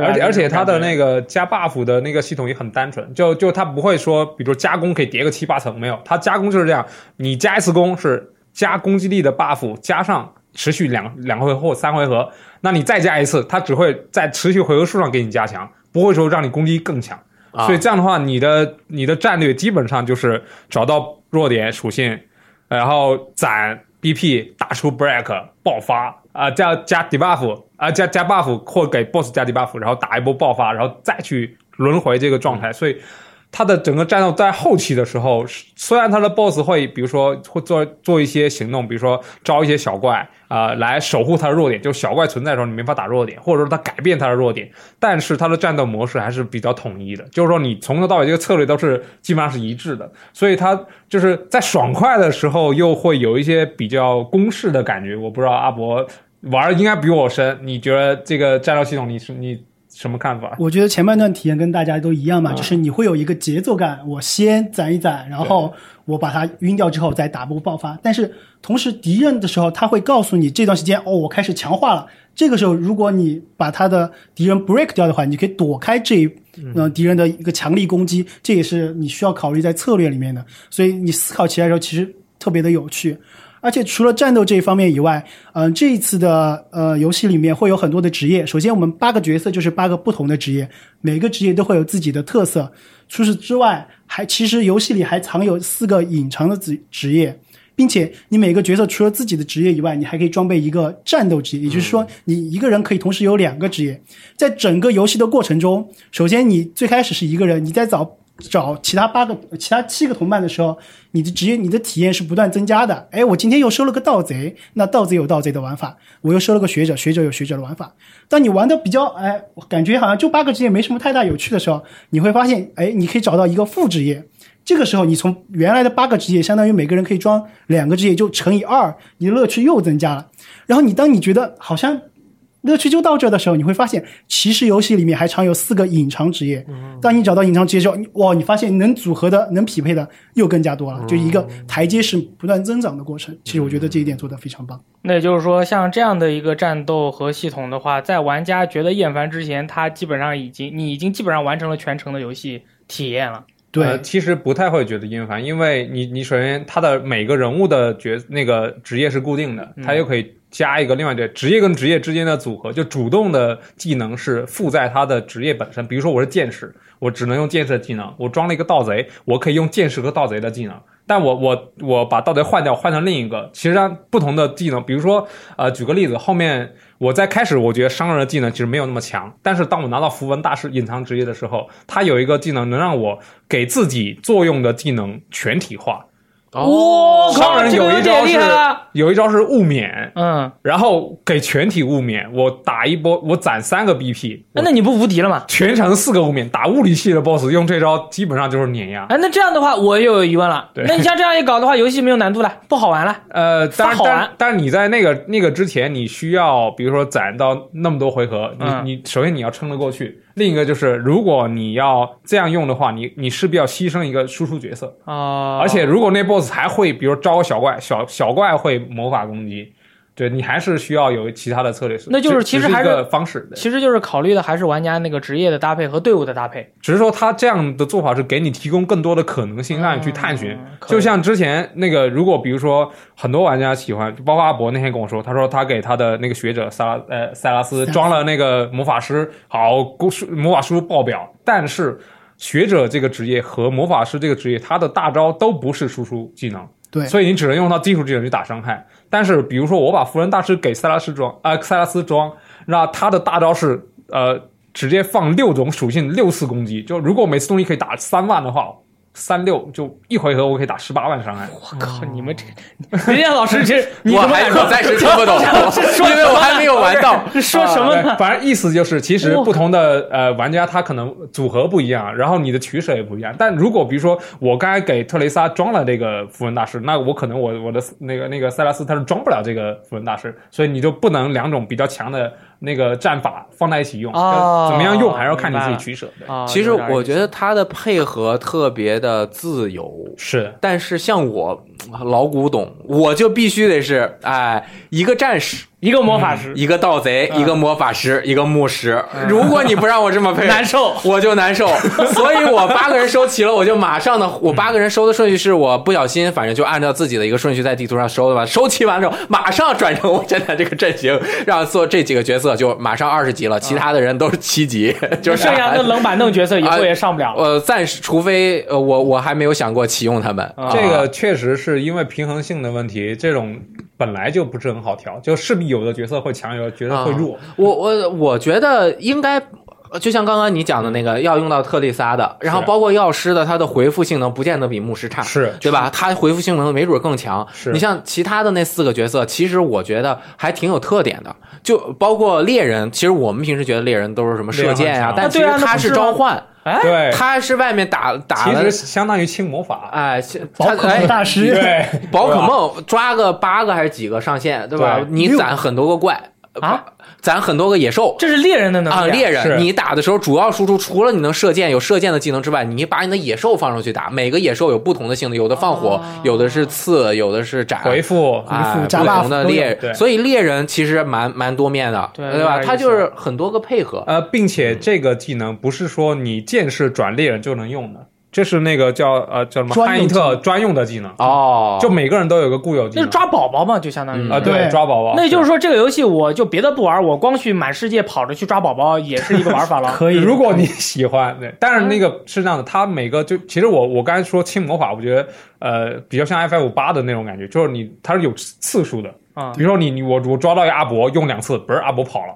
Speaker 3: 而且而且它的
Speaker 2: 个。
Speaker 3: 那个加 buff 的那个系统也很单纯，就就它不会说，比如说加工可以叠个七八层，没有，它加工就是这样，你加一次工是加攻击力的 buff 加上持续两两回合或三回合，那你再加一次，它只会在持续回合数上给你加强，不会说让你攻击更强。
Speaker 1: 啊
Speaker 3: 所以这样的话，你的你的战略基本上就是找到弱点属性，然后攒 BP 打出 break 爆发啊、加加 debuff 啊、加加 buff 或给 boss 加 debuff，然后打一波爆发，然后再去轮回这个状态。所以它的整个战斗在后期的时候，是虽然它的 boss 会比如说会做做一些行动，比如说招一些小怪啊、呃来守护它的弱点，就小怪存在的时候你没法打弱点，或者说它改变它的弱点，但是它的战斗模式还是比较统一的，就是说你从头到尾这个策略都是基本上是一致的，所以它就是在爽快的时候又会有一些比较公式的感觉。我不知道阿伯玩儿应该比我深，你觉得这个战斗系统你是你什么看法？
Speaker 4: 我觉得前半段体验跟大家都一样嘛，就是你会有一个节奏感，我先攒一攒，然后我把它晕掉之后再打波爆发。但是同时敌人的时候，他会告诉你这段时间哦，我开始强化了。这个时候，如果你把他的敌人 break 掉的话，你可以躲开这一嗯、呃敌人的一个强力攻击，这也是你需要考虑在策略里面的。所以你思考起来的时候，其实特别的有趣。而且除了战斗这一方面以外，嗯、这一次的呃游戏里面会有很多的职业。首先，我们八个角色就是八个不同的职业，每个职业都会有自己的特色。除此之外，还其实游戏里还藏有四个隐藏的职职业，并且你每个角色除了自己的职业以外，你还可以装备一个战斗职业，也就是说，你一个人可以同时有两个职业。在整个游戏的过程中，首先你最开始是一个人，你在找找其他八个、其他七个同伴的时候，你的职业、你的体验是不断增加的。哎，我今天又收了个盗贼，那盗贼有盗贼的玩法；我又收了个学者，学者有学者的玩法。当你玩的比较，哎，我感觉好像就八个职业没什么太大有趣的时候，你会发现，哎，你可以找到一个副职业。这个时候，你从原来的八个职业，相当于每个人可以装两个职业，就乘以二，你的乐趣又增加了。然后你当你觉得好像乐趣就到这的时候，你会发现，其实游戏里面还常有四个隐藏职业。当你找到隐藏职业之后，你哇，你发现能组合的、能匹配的又更加多了，就一个台阶式不断增长的过程。其实我觉得这一点做得非常棒。
Speaker 2: 那也就是说，像这样的一个战斗和系统的话，在玩家觉得厌烦之前，他基本上已经你已经基本上完成了全程的游戏体验了。
Speaker 4: 对，
Speaker 3: 呃其实不太会觉得厌烦，因为你你首先他的每个人物的角那个职业是固定的，他又可以加一个另外对职业跟职业之间的组合，就主动的技能是附在他的职业本身。比如说我是剑士，我只能用剑士的技能；我装了一个盗贼，我可以用剑士和盗贼的技能。但我我我把盗贼换掉，换成另一个，其实让不同的技能，比如说呃，举个例子，后面我在开始我觉得商人的技能其实没有那么强，但是当我拿到符文大师隐藏职业的时候，他有一个技能能让我给自己作用的技能全体化。
Speaker 2: 我
Speaker 3: 商人有一招是
Speaker 2: 啊
Speaker 3: 有一招是雾免，
Speaker 2: 嗯，
Speaker 3: 然后给全体雾免，我打一波，我攒三个 BP，
Speaker 2: 哎那你不无敌了吗？
Speaker 3: 全程四个雾免，打物理系的 BOSS 用这招基本上就是碾压。
Speaker 2: 哎，那这样的话，我又有疑问了。
Speaker 3: 对
Speaker 2: 那你像这样一搞的话，游戏没有难度了，不好玩了。
Speaker 3: 呃，但
Speaker 2: 发
Speaker 3: 是
Speaker 2: 好
Speaker 3: 但
Speaker 2: 玩
Speaker 3: 是但是你在那个那个之前，你需要比如说攒到那么多回合，你、
Speaker 2: 嗯
Speaker 3: 你首先你要撑得过去，另一个就是如果你要这样用的话，你你势必要牺牲一个输出角色，
Speaker 2: 哦，
Speaker 3: 而且如果那 boss 还会比如招个小怪，小小怪会魔法攻击，对你还是需要有其他的策略手，
Speaker 2: 那就是
Speaker 3: 只
Speaker 2: 其实
Speaker 3: 只是
Speaker 2: 还
Speaker 3: 一
Speaker 2: 是
Speaker 3: 个方式的，
Speaker 2: 其实就是考虑的还是玩家那个职业的搭配和队伍的搭配。
Speaker 3: 只是说他这样的做法是给你提供更多的可能性，让你去探寻。
Speaker 2: 嗯可以
Speaker 3: 就像之前那个，如果比如说很多玩家喜欢，包括阿伯那天跟我说，他说他给他的那个学者萨拉呃塞拉斯
Speaker 4: 塞拉斯
Speaker 3: 装了那个魔法师，好故事魔法书爆表，但是学者这个职业和魔法师这个职业，他的大招都不是输出技能。
Speaker 4: 对
Speaker 3: 所以你只能用到基础技能去打伤害。但是比如说我把符文大师给塞拉斯装，呃，塞拉斯装，那他的大招是呃直接放六种属性六次攻击，就如果每次东西可以打三万的话。三六就一回合，我可以打十八万伤害。
Speaker 2: 我靠，你们这个，人家 老师这，你
Speaker 1: 我
Speaker 2: 怎么
Speaker 1: 还
Speaker 2: 敢说
Speaker 1: 我暂时听不懂，
Speaker 2: 说
Speaker 1: 因为我还没有玩到。
Speaker 2: 这说什么 呢？
Speaker 3: 对反正意思就是，其实
Speaker 2: 哇
Speaker 3: 不同的呃玩家他可能组合不一样，然后你的取舍也不一样。但如果比如说我刚才给特雷莎装了这个符文大师，那我可能我我的那个那个塞拉斯他是装不了这个符文大师，所以你就不能两种比较强的那个战法放在一起用。
Speaker 2: 哦
Speaker 3: 就怎么样用还是要看你自
Speaker 2: 明
Speaker 3: 己
Speaker 2: 白
Speaker 3: 取舍的。
Speaker 2: 啊
Speaker 1: 其实
Speaker 2: 有点
Speaker 1: 我觉得它的配合特别的自由，
Speaker 3: 是的，
Speaker 1: 但是像我老古董，我就必须得是哎一个战士，
Speaker 2: 一个魔法师，
Speaker 1: 一个盗贼，
Speaker 2: 嗯
Speaker 1: 一个魔法师，一个牧师。如果你不让我这么配，
Speaker 2: 难受
Speaker 1: 我就难 受。所以我八个人收齐了，我就马上的，我八个人收的顺序是我不小心，反正就按照自己的一个顺序在地图上收的吧。收齐完之后，马上转成我现在这个阵型，让做这几个角色就马上二十级了，其他的人都是七级，就是
Speaker 2: 剩下那冷板凳角色以后也上不了了。
Speaker 1: 呃，暂时，除非呃，我我还没有想过启用他们。
Speaker 2: 啊
Speaker 3: 这个确实是因为平衡性的问题，这种本来就不是很好调，就势必有的角色会强，有的角色会弱。
Speaker 1: 我我我觉得应该。呃就像刚刚你讲的那个，要用到特丽莎的，然后包括药师的，它的回复性能不见得比牧师差，
Speaker 3: 是
Speaker 1: 对吧？它回复性能没准更强。
Speaker 3: 是
Speaker 1: 你像其他的那四个角色，其实我觉得还挺有特点的，就包括猎人。其实我们平时觉得猎人都是什么射箭
Speaker 3: 猎人
Speaker 1: 啊
Speaker 3: 很强，
Speaker 1: 但其实
Speaker 2: 啊对啊那
Speaker 1: 他
Speaker 2: 不是
Speaker 1: 是
Speaker 2: 吗
Speaker 1: 召唤，
Speaker 2: 哎，
Speaker 3: 对，
Speaker 1: 他是外面打打
Speaker 3: 其
Speaker 1: 了
Speaker 3: 实，相当于轻魔法。
Speaker 1: 哎，
Speaker 4: 宝
Speaker 1: 他
Speaker 4: 可
Speaker 1: 哎
Speaker 4: 梦大师，
Speaker 3: 对，
Speaker 1: 宝可梦抓个八个还是几个上限，对吧
Speaker 3: 对？
Speaker 1: 你攒很多个怪
Speaker 2: 啊，
Speaker 1: 攒很多个野兽，
Speaker 2: 这是猎人的能力
Speaker 1: 啊，猎
Speaker 3: 是
Speaker 1: 人，你打的时候主要输出除了你能射箭有射箭的技能之外，你把你的野兽放上去打，每个野兽有不同的性能，有的放火，有的是刺，有的是斩。
Speaker 3: 回复
Speaker 1: 啊，
Speaker 4: 回
Speaker 1: 不
Speaker 4: 复加 buff
Speaker 1: 同的
Speaker 4: 都有
Speaker 1: 猎
Speaker 3: 对，
Speaker 1: 所以猎人其实蛮蛮多面的，
Speaker 2: 对
Speaker 1: 对吧？
Speaker 2: 有点意思
Speaker 1: 他就是很多个配合，
Speaker 3: 呃，并且这个技能不是说你剑士转猎人就能用的，这是那个叫呃叫什么
Speaker 4: 专
Speaker 3: 汉
Speaker 4: 用
Speaker 3: 伊
Speaker 4: 技能
Speaker 3: 特专用的技能，
Speaker 1: 哦，
Speaker 3: 就每个人都有一个固有技
Speaker 2: 那是
Speaker 3: 能。
Speaker 2: 抓宝宝嘛，就相当于
Speaker 1: 嗯
Speaker 3: 啊，对，
Speaker 4: 对
Speaker 3: 抓宝宝。
Speaker 2: 那也就是说，这个游戏我就别的不玩，我光去满世界跑着去抓宝宝也是一个玩法 了。
Speaker 4: 可以。
Speaker 3: 如果你 喜欢，对，但是那个是这样的，它每个就其实我我刚才说轻魔法，我觉得呃比较像 F F 五八的那种感觉，就是你它是有次数的，
Speaker 2: 啊
Speaker 3: 比如说你你我我抓到一个阿伯，用两次，不是阿伯跑了，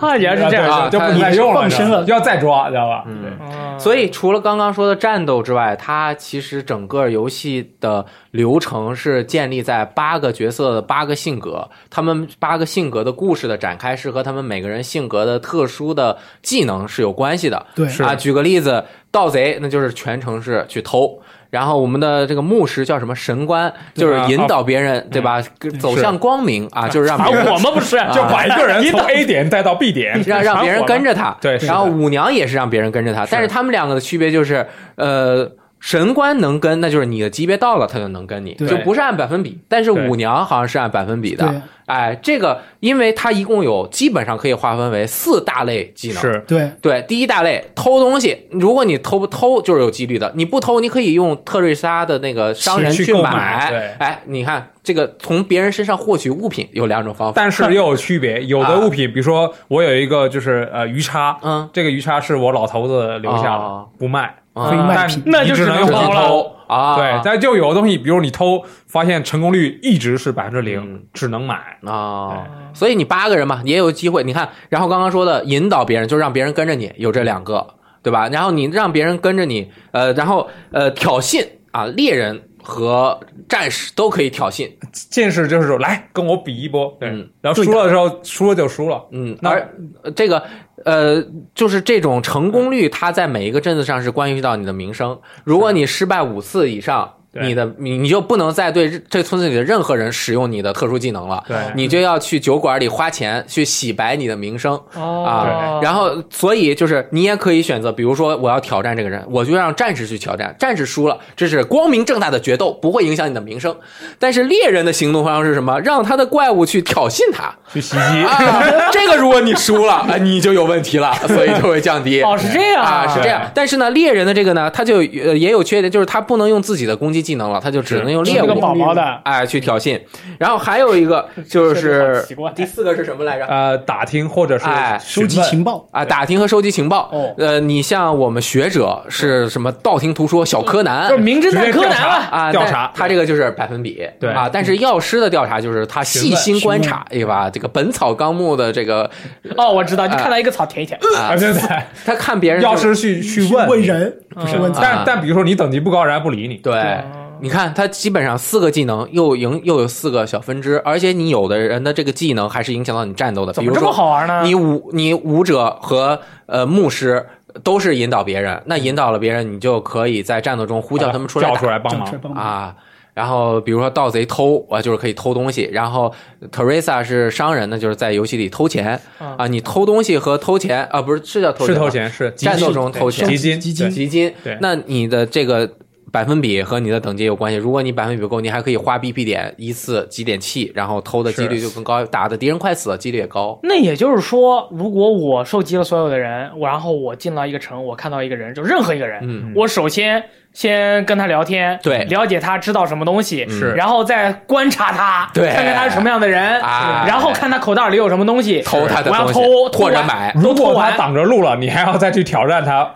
Speaker 2: 哈，原来是这样。
Speaker 1: 啊
Speaker 3: 对就
Speaker 1: 他
Speaker 3: 不再用了，
Speaker 4: 放生了
Speaker 3: 要再抓，知道吧？
Speaker 1: 嗯
Speaker 3: 对。
Speaker 2: 啊
Speaker 1: 所以除了刚刚说的战斗之外，它其实整个游戏的流程是建立在八个角色的八个性格，他们八个性格的故事的展开是和他们每个人性格的特殊的技能是有关系的。
Speaker 4: 对，
Speaker 3: 是
Speaker 1: 啊，举个例子，盗贼那就是全城市去偷。然后我们的这个牧师叫什么神官，就是引导别人，对吧？走向光明啊，就是让
Speaker 2: 啊，
Speaker 1: 别 人
Speaker 2: 我们不是，
Speaker 3: 就把一个人
Speaker 2: 你
Speaker 3: 从
Speaker 2: 等
Speaker 3: A 点带到 B 点，
Speaker 1: 让让别人跟着他，
Speaker 3: 对是的
Speaker 1: 然后舞娘也是让别人跟着他，但是他们两个的区别就是，呃，神官能跟，那就是你的级别到了，他就能跟你，
Speaker 4: 对
Speaker 1: 就不是按百分比，但是舞娘好像是按百分比的
Speaker 4: 对，
Speaker 1: 哎，这个因为它一共有基本上可以划分为四大类技能，
Speaker 3: 是
Speaker 4: 对，
Speaker 1: 对，第一大类偷东西，如果你偷不偷就是有几率的，你不偷，你可以用特瑞莎的那个商人
Speaker 3: 去
Speaker 1: 去
Speaker 3: 购
Speaker 1: 买，
Speaker 3: 买对
Speaker 1: 哎，你看这个从别人身上获取物品有两种方法，
Speaker 3: 但是又有区别。有
Speaker 1: 啊
Speaker 3: 的物品，比如说我有一个就是呃鱼叉，
Speaker 1: 嗯，
Speaker 3: 这个鱼叉是我老头子留下的
Speaker 1: 哦，
Speaker 3: 不卖，
Speaker 1: 啊
Speaker 3: 嗯
Speaker 4: 可以卖
Speaker 3: 但
Speaker 4: 品
Speaker 2: 那就
Speaker 3: 你只能
Speaker 2: 只能
Speaker 3: 用
Speaker 2: 偷了
Speaker 3: 偷。
Speaker 1: 啊，
Speaker 3: 对，但就有的东西，比如你偷，发现成功率一直是百分之零
Speaker 1: 嗯，
Speaker 3: 只能买。
Speaker 1: 哦，
Speaker 3: 哎
Speaker 1: 所以你八个人嘛，也有机会。你看，然后刚刚说的引导别人，就让别人跟着你，有这两个，对吧？然后你让别人跟着你，呃，然后呃挑衅啊，猎人和战士都可以挑衅，
Speaker 3: 见识就是说，来跟我比一波，对
Speaker 1: 嗯，
Speaker 3: 然后输了的时候，输了就输了，
Speaker 1: 嗯，
Speaker 3: 那
Speaker 1: 而呃这个呃，就是这种成功率，它在每一个镇子上是关系到你的名声。如果你失败五次以上，
Speaker 3: 对
Speaker 1: 你的你你就不能再对这村子里的任何人使用你的特殊技能了，
Speaker 3: 对
Speaker 1: 你就要去酒馆里花钱去洗白你的名声。
Speaker 2: 哦
Speaker 1: 啊，，然后所以就是你也可以选择，比如说我要挑战这个人，我就让战士去挑战，战士输了，这是光明正大的决斗，不会影响你的名声。但是猎人的行动方式是什么？让他的怪物去挑衅 他。
Speaker 3: 去袭
Speaker 2: 哦
Speaker 3: 击。
Speaker 1: 啊，这个如果你输了，啊，你就有问题了，所以就会降低。
Speaker 2: 哦是这样
Speaker 1: 啊，是这样
Speaker 3: 对。
Speaker 1: 但是呢，猎人的这个呢，他就呃也有缺点，就是他不能用自己的攻击技能了，他就只能用
Speaker 2: 这
Speaker 1: 猎
Speaker 2: 个
Speaker 1: 物
Speaker 2: 宝宝的
Speaker 1: 哎去挑衅。然后还有一个就
Speaker 2: 这个
Speaker 1: 是
Speaker 2: 好奇怪
Speaker 1: 第四个是什么来着？
Speaker 3: 呃，打听或者是
Speaker 1: 哎
Speaker 4: 收集
Speaker 3: 询问
Speaker 4: 情报，
Speaker 1: 啊，打听和收集情报。
Speaker 2: 哦
Speaker 1: 呃，你像我们学者是什么道听途说、小柯南
Speaker 2: 就是名侦探柯南
Speaker 3: 直接调查
Speaker 2: 了。
Speaker 1: 啊，
Speaker 3: 调查
Speaker 1: 但他这个就是百分比，
Speaker 3: 对
Speaker 1: 啊。但是药师的调查就是他细心观察，对吧？这个《本草纲目》的这个
Speaker 2: 哦，我知道，就看到一个草舔一舔。
Speaker 1: 啊
Speaker 3: 啊，，对对，
Speaker 1: 他看 别人就
Speaker 3: 要是去去问嗯
Speaker 4: 问人，不是问自
Speaker 1: 啊
Speaker 4: 己。
Speaker 3: 但但比如说你等级不高，人家不理你。
Speaker 1: 对。你看，他基本上四个技能又影又有四个小分支，而且你有的人的这个技能还是影响到你战斗的。
Speaker 2: 怎
Speaker 1: 比
Speaker 2: 么
Speaker 1: 如
Speaker 2: 这
Speaker 1: 说，
Speaker 2: 么好玩呢？
Speaker 1: 你舞你舞者和呃牧师都是引导别人，那引导了别人，你就可以在战斗中呼叫他们出来
Speaker 3: 啊叫
Speaker 1: 打
Speaker 3: 出来帮
Speaker 4: 叫
Speaker 3: 忙
Speaker 4: 出来。帮忙，
Speaker 1: 啊。然后比如说盗贼偷啊，就是可以偷东西。然后 Teresa 是商人呢，就是在游戏里偷钱
Speaker 2: 啊
Speaker 1: 啊。你偷东西和偷钱啊，不是是叫偷
Speaker 3: 嗯是
Speaker 1: 吧
Speaker 3: 偷钱，是集
Speaker 1: 战斗
Speaker 3: 训
Speaker 1: 中
Speaker 3: 对
Speaker 1: 偷钱
Speaker 3: 集金，
Speaker 4: 集
Speaker 3: 对
Speaker 4: 金
Speaker 1: 基金
Speaker 3: 对，
Speaker 1: 那你的这个百分比和你的等级有关系。如果你百分比不够，你还可以花 BP 点一次几点气，然后偷的几率就更高，打的敌人快死的几率也高。
Speaker 2: 那也就是说，如果我收集了所有的人，我然后我进到一个城，我看到一个人，就任何一个人，
Speaker 1: 嗯
Speaker 2: 我首先先跟他聊天，
Speaker 1: 对嗯
Speaker 2: 了解他知道什么东西，
Speaker 3: 是
Speaker 2: 然后再观察他，
Speaker 1: 对
Speaker 2: 看看他是什么样的人，
Speaker 1: 啊
Speaker 2: 然后看他口袋里有什么东西，
Speaker 1: 偷他的
Speaker 2: 我要
Speaker 1: 东西
Speaker 2: 偷，偷
Speaker 1: 或者
Speaker 2: 完
Speaker 1: 买
Speaker 3: 如
Speaker 2: 都偷
Speaker 3: 果他
Speaker 2: 完
Speaker 3: 挡着路了，你还要再去挑战他，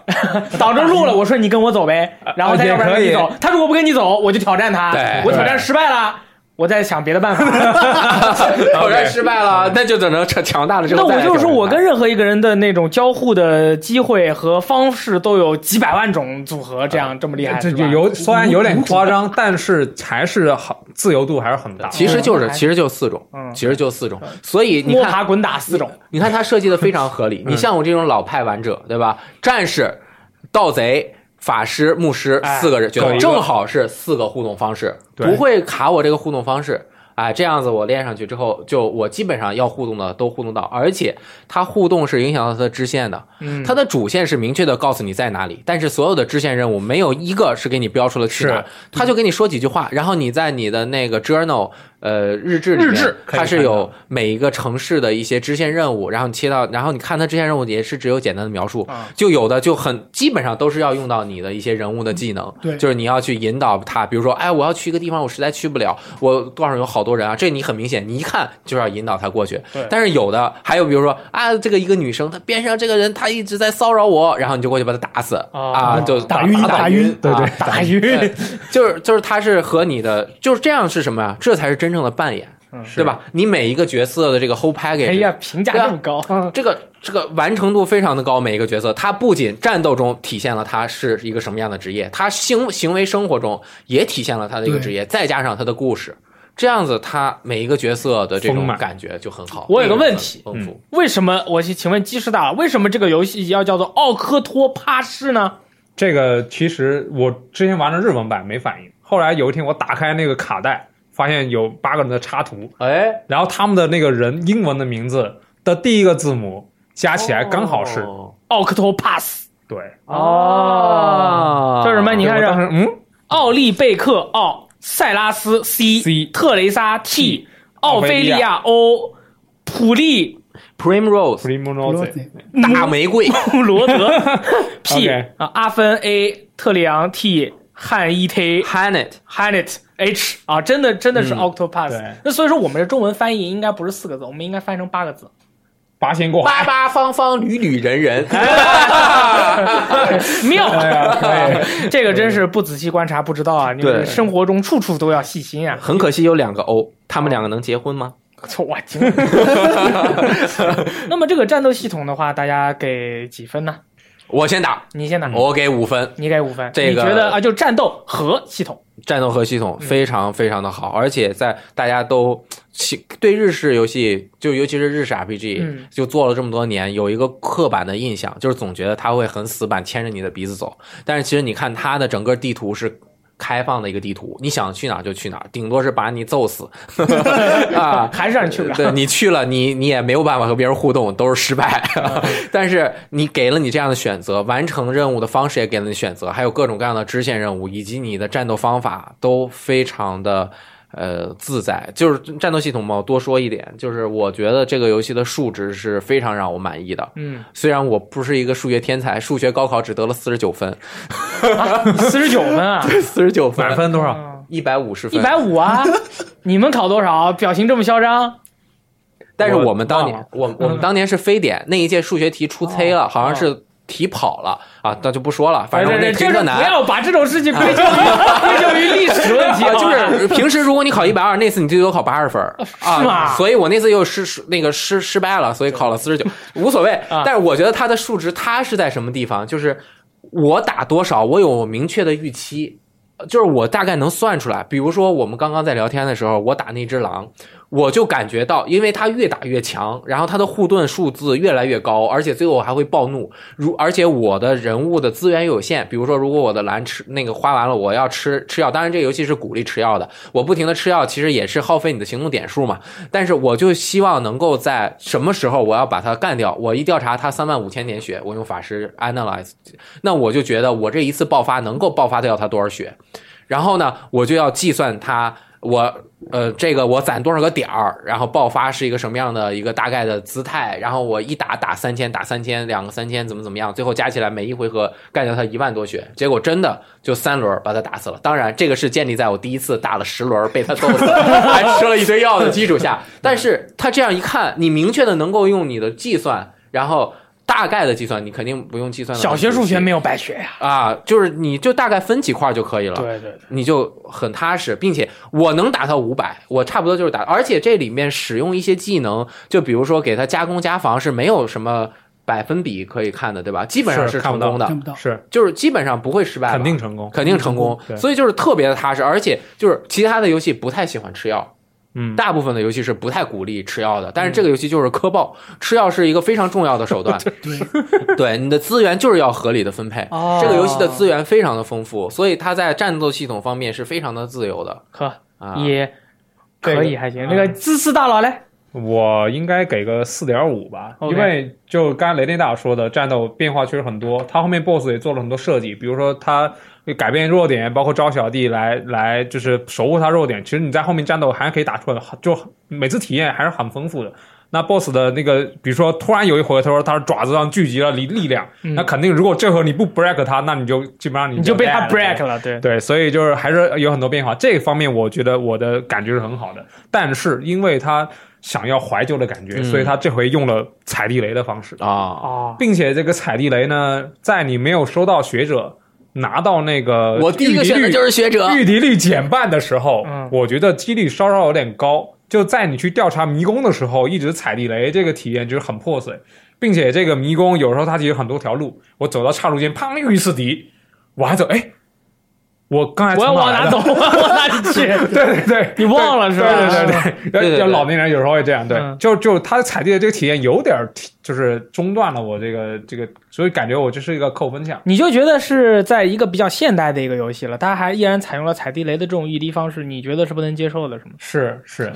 Speaker 2: 挡着路了，我说你跟我走呗，然后他
Speaker 3: 哦也
Speaker 2: 要不然
Speaker 3: 可
Speaker 2: 跟你
Speaker 3: 以
Speaker 2: 走，他如果不跟你走，我就挑战他
Speaker 1: 啊对，
Speaker 2: 我挑战失败了，我再想别 的办法。
Speaker 1: 挑战失败了，那就只能强强大了之
Speaker 2: 那
Speaker 1: 后再
Speaker 2: 我
Speaker 1: 来挑战他。
Speaker 2: 就是说我跟任何一个人的那种交互的机会和方式都有几百万种组合，这样这么厉害，
Speaker 3: 这
Speaker 2: 是
Speaker 3: 就
Speaker 2: 吧
Speaker 3: 有虽然有点夸张，但是还是好自由度还是很大。
Speaker 1: 其实就是
Speaker 2: 嗯
Speaker 1: 其实就四种
Speaker 2: 嗯，
Speaker 1: 其实就四种。所以你
Speaker 2: 摸
Speaker 1: 看，
Speaker 2: 爬滚打四种，
Speaker 1: 你看他设计的非常合理。你像我这种老派玩者，对吧？战士、盗贼。法师、牧师
Speaker 2: 哎
Speaker 1: 四个人角
Speaker 3: 各一
Speaker 1: 色，
Speaker 3: 个
Speaker 1: 正好是四个互动方式，
Speaker 3: 对
Speaker 1: 不会卡我这个互动方式。哎，这样子我练上去之后，就我基本上要互动的都互动到，而且它互动是影响到它的支线的，
Speaker 2: 嗯，
Speaker 1: 它的主线是明确的告诉你在哪里，但是所有的支线任务没有一个是给你标出了去哪儿
Speaker 3: 是，
Speaker 1: 他就给你说几句话，然后你在你的那个 journal 呃日志里面，
Speaker 2: 日志
Speaker 1: 它是有每一个城市的一些支线任务，然后你切到，然后你看它支线任务也是只有简单的描述
Speaker 2: 啊，
Speaker 1: 就有的就很基本上都是要用到你的一些人物的技能，
Speaker 2: 嗯
Speaker 4: 对
Speaker 1: 就是你要去引导他，比如说，哎，我要去一个地方，我实在去不了，我道上有好多人啊，这你很明显，你一看就是要引导他过去
Speaker 2: 对。
Speaker 1: 但是有的还有比如说啊，这个一个女生，她边上这个人她一直在骚扰我，然后你就过去把她打死
Speaker 2: 哦
Speaker 1: 啊，就
Speaker 4: 打晕
Speaker 1: 打
Speaker 4: 打
Speaker 1: 晕
Speaker 4: 晕，
Speaker 3: 对对
Speaker 1: 啊
Speaker 2: 打晕
Speaker 1: 啊对就是就是他是和你的就是这样是什么呀？这才是真正的扮演。对吧？你每一个角色的这个啊 whole
Speaker 2: 哎
Speaker 1: package，、
Speaker 2: 呀，评价这么高，
Speaker 1: 这个这个完成度非常的高，每一个角色，他不仅战斗中体现了他是一个什么样的职业，他行行为生活中也体现了他的一个职业，再加上他的故事，这样子他每一个角色的这
Speaker 3: 丰
Speaker 1: 种
Speaker 3: 满
Speaker 1: 感觉就很好。
Speaker 2: 我有个
Speaker 1: 内容
Speaker 2: 问
Speaker 1: 很
Speaker 2: 题
Speaker 1: 丰富，
Speaker 2: 为什么？我去请问鸡师大，为什么这个游戏要叫做奥科托帕氏呢？
Speaker 3: 这个其实我之前玩的日文版没反应，后来有一天我打开那个卡带，发现有八个人的插图，
Speaker 2: 嗯
Speaker 1: 哎，
Speaker 3: 然后他们的那个人英文的名字的第一个字母加起来刚好是、
Speaker 2: 奥克托帕斯，
Speaker 3: 对。
Speaker 1: 哦，
Speaker 2: 叫什么？你看
Speaker 3: 我当
Speaker 2: 这，
Speaker 3: 时嗯，
Speaker 2: 奥利贝克奥、塞拉斯 C、
Speaker 3: C
Speaker 2: 特雷莎 T、奥
Speaker 3: 奥
Speaker 2: 菲
Speaker 3: 菲
Speaker 2: 利
Speaker 3: 利
Speaker 2: 亚
Speaker 3: 亚
Speaker 2: O、普利
Speaker 1: Primrose
Speaker 4: 罗
Speaker 3: Primrose
Speaker 4: 子
Speaker 2: 嗯
Speaker 1: 大玫瑰，
Speaker 2: 普罗德 P
Speaker 3: OK
Speaker 2: 啊，阿芬 A、特里昂 T、汉伊 T、
Speaker 1: Hanet
Speaker 2: Hanet H 啊，真的真的是 Octopus、
Speaker 3: 嗯对
Speaker 2: 那所以说我们的中文翻译应该不是四个字，我们应该翻成八个 字。
Speaker 3: 八仙过
Speaker 1: 八
Speaker 3: 海，
Speaker 1: 八方方缕缕人人，
Speaker 2: 哎妙，
Speaker 3: 哎呀
Speaker 2: 这个真是不仔细观察不知道啊！你们
Speaker 1: 对
Speaker 2: 生活中处处都要细心啊！
Speaker 1: 很可惜有两个 O，他们两个能结婚吗？
Speaker 2: 错， 我惊了。那么这个战斗系统的话，大家给几分呢？
Speaker 1: 我先打，
Speaker 2: 你先拿，
Speaker 1: 我给五分。
Speaker 2: 你给五分。
Speaker 1: 这个
Speaker 2: 你觉得啊，就战斗和系统，
Speaker 1: 战斗核系统非常非常的好，而且在大家都其对日式游戏，就尤其是日式 RPG，、
Speaker 2: 嗯
Speaker 1: 就做了这么多年，有一个刻板的印象，就是总觉得它会很死板，牵着你的鼻子走。但是其实你看它的整个地图是。开放的一个地图，你想去哪儿就去哪儿，顶多是把你揍死啊，
Speaker 2: 还是让你去不了
Speaker 1: 对你 去了，你你也没有办法和别人互动，都是失败。 但是你给了你这样的选择，完成任务的方式也给了你选择，还有各种各样的支线任务，以及你的战斗方法都非常的。呃，自在就是战斗系统嘛。我多说一点，就是我觉得这个游戏的数值是非常让我满意的。
Speaker 2: 嗯，
Speaker 1: 虽然我不是一个数学天才，数学高考只得了四十九分，
Speaker 2: 四十九分啊，
Speaker 1: 四十九
Speaker 3: 满
Speaker 1: 分，
Speaker 3: 分多少？
Speaker 1: 一百五十
Speaker 2: 一
Speaker 1: 分。
Speaker 2: 百五啊！你们考多少？表情这么嚣张？
Speaker 1: 但是
Speaker 3: 我
Speaker 1: 我们当
Speaker 3: 忘
Speaker 1: 年
Speaker 3: 了，
Speaker 1: 我我们当年是非典那一届数学题出 C 了，好像是题跑了啊，那就不说了，反正我
Speaker 2: 对
Speaker 1: 那
Speaker 2: 对，
Speaker 1: 题
Speaker 2: 就
Speaker 1: 特
Speaker 2: 是不
Speaker 1: 难。
Speaker 2: 要把这种事情归咎于 归咎于历史问题，
Speaker 1: 啊，
Speaker 2: 好
Speaker 1: 就
Speaker 2: 吧
Speaker 1: 是平时如果你考一百二，那次你最多考八十分儿
Speaker 2: 哦是吗
Speaker 1: 啊，所以我那次又失失那个失失败了，所以考了四十九，无所谓
Speaker 2: 啊。
Speaker 1: 但是我觉得它的数值它是在什么地方，就是我打多少，我有明确的预期，就是我大概能算出来。比如说我们刚刚在聊天的时候，我打那只狼，我就感觉到，因为它越打越强，然后它的护盾数字越来越高，而且最后还会暴怒。如而且我的人物的资源有限，比如说如果我的蓝吃那个花完了，我要吃吃药，当然这个游戏是鼓励吃药的，我不停的吃药其实也是耗费你的行动点数嘛。但是我就希望能够在什么时候我要把它干掉，我一调查它三万五千点血，我用法师 analyze，那我就觉得我这一次爆发能够爆发掉它多少血，然后呢，我就要计算它我呃，这个我攒多少个点儿，然后爆发是一个什么样的一个大概的姿态，然后我一打打三千，打三千，两个三千，怎么怎么样，最后加起来每一回合干掉他一万多血，结果真的就三轮把他打死了。当然，这个是建立在我第一次打了十轮被他揍死， 还吃了一堆药的基础下，但是他这样一看，你明确的能够用你的计算，然后大概的计算，你肯定不用计算得很
Speaker 2: 小学数
Speaker 1: 仔细
Speaker 2: 学没有白学呀。
Speaker 1: 啊，就是你就大概分几块就可以了。
Speaker 2: 对对对，
Speaker 1: 你就很踏实，并且我能打到五百，我差不多就是打，而且这里面使用一些技能，就比如说给它加工加防是没有什么百分比可以看的，对吧？基本上
Speaker 3: 是看
Speaker 1: 成
Speaker 3: 不到
Speaker 1: 功的
Speaker 4: 看，不到，
Speaker 3: 是
Speaker 1: 就是基本上不会失败吧，
Speaker 3: 肯定成功。
Speaker 1: 肯定成功
Speaker 3: 对，
Speaker 1: 所以就是特别的踏实，而且就是其他的游戏不太喜欢吃药，
Speaker 3: 嗯，
Speaker 1: 大部分的游戏是不太鼓励吃药的，但是这个游戏就是科爆，吃药是一个非常重要的手 段，
Speaker 4: 对，
Speaker 1: 对你的资源就是要合理的分配。
Speaker 2: 哦
Speaker 1: 这个游戏的资源非常的丰富，所以它在战斗系统方面是非常的自由的
Speaker 2: 可
Speaker 1: 啊。
Speaker 2: 也可以还行。那
Speaker 3: 这
Speaker 2: 个嗯
Speaker 3: 个
Speaker 2: 芝士大佬嘞，
Speaker 3: 我应该给个四点五吧
Speaker 2: OK
Speaker 3: 因为就刚才雷电大说的，战斗变化确实很多。他后面 BOSS 也做了很多设计，比如说他呃改变弱点，包括招小弟来来就是守护他弱点。其实你在后面战斗还可以打出来，就每次体验还是很丰富的。那 BOSS 的那个，比如说突然有一回，他说他爪子上聚集了力力量，
Speaker 2: 嗯
Speaker 3: 那肯定如果这回你不 break 他，那你就基本上你
Speaker 2: 你就被他
Speaker 3: dead 了
Speaker 2: break 了，对，
Speaker 3: 对，所以就是还是有很多变化，这个方面我觉得我的感觉是很好的，但是因为他想要怀旧的感觉，
Speaker 1: 嗯
Speaker 3: 所以他这回用了踩地雷的方式，
Speaker 1: 啊，
Speaker 2: 哦，
Speaker 3: 并且这个踩地雷呢，在你没有收到学者拿到那个
Speaker 1: 我第一个选的就是学者
Speaker 3: 御敌率减半的时候，
Speaker 2: 啊嗯
Speaker 3: 我觉得几率稍稍有点高。就在你去调查迷宫的时候，一直踩地雷，这个体验就是很破碎，并且这个迷宫有时候它其实很多条路，我走到岔路间，砰遇一次敌，我还走，哎，我刚才
Speaker 2: 我要
Speaker 3: 从
Speaker 2: 往哪
Speaker 3: 来的
Speaker 2: 走？？我要往哪里去？
Speaker 3: 对 对对，
Speaker 2: 你忘了是吧？
Speaker 3: 对对
Speaker 1: 对
Speaker 3: 对对，
Speaker 1: 对
Speaker 3: 要
Speaker 1: 对
Speaker 3: 老年人有时候会这样，对
Speaker 2: 嗯，
Speaker 3: 就就他踩地的这个体验有点儿就是中断了我这个这个，所以感觉我这是一个扣分项。
Speaker 2: 你就觉得是在一个比较现代的一个游戏了，它还依然采用了踩地雷的这种御敌方式，你觉得是不能接受的，是吗？
Speaker 3: 是是，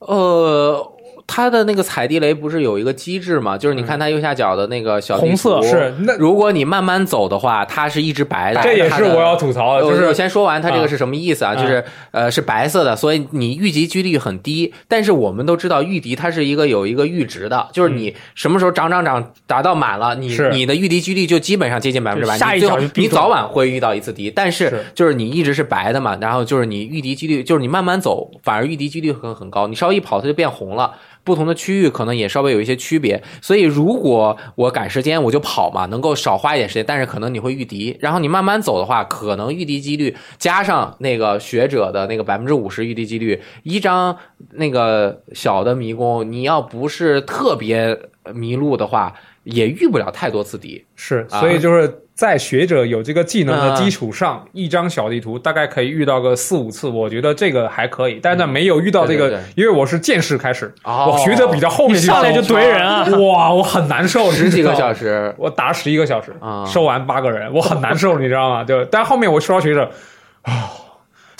Speaker 1: 呃，它的那个踩地雷不是有一个机制嘛？就是你看它右下角的那个小
Speaker 2: 红色
Speaker 1: 地图
Speaker 3: 嗯是那
Speaker 1: 如果你慢慢走的话，它是一直白的。
Speaker 3: 这也
Speaker 1: 它
Speaker 3: 是
Speaker 1: 的
Speaker 3: 我要吐槽的，就
Speaker 1: 我我
Speaker 3: 是
Speaker 1: 先说完它这个是什么意思啊？
Speaker 3: 啊
Speaker 1: 就是呃是白色的，所以你遇敌几率很低。但是我们都知道遇敌它是一个有一个阈值的，就是你什么时候涨涨涨达到满了，你
Speaker 3: 嗯是
Speaker 1: 你的遇敌几率就基本上接近百分之百。
Speaker 2: 就下
Speaker 1: 你
Speaker 2: 一
Speaker 1: 最后
Speaker 2: 脚就必
Speaker 1: 你
Speaker 2: 中
Speaker 1: 早晚会遇到一次敌，但是
Speaker 3: 是
Speaker 1: 就是你一直是白的嘛，然后就是你遇敌几率就是你慢慢走，反而遇敌几率很很高。你稍微一跑它就变红了。不同的区域可能也稍微有一些区别，所以如果我赶时间，我就跑嘛，能够少花一点时间，但是可能你会遇敌，然后你慢慢走的话，可能遇敌几率加上那个学者的那个百分之五十遇敌几率，一张那个小的迷宫，你要不是特别迷路的话，也遇不了太多次敌。
Speaker 3: 是，
Speaker 1: 啊
Speaker 3: 所以就是在学者有这个技能的
Speaker 1: 嗯
Speaker 3: 基础上，一张小地图大概可以遇到个四五次，我觉得这个还可以。但是没有遇到这
Speaker 1: 对对
Speaker 3: 个
Speaker 1: 对，
Speaker 3: 因为我是剑士开始，
Speaker 1: 哦
Speaker 3: 我学者比较后面
Speaker 2: 你上来
Speaker 3: 就
Speaker 2: 就怼人啊
Speaker 3: 哇，我很难受，
Speaker 1: 十几个小
Speaker 3: 时。
Speaker 1: 时，
Speaker 3: 我打十一个小时
Speaker 1: 啊
Speaker 3: 收完八个人，我很难受，你知道吗？对， 但后面我收到学者，啊，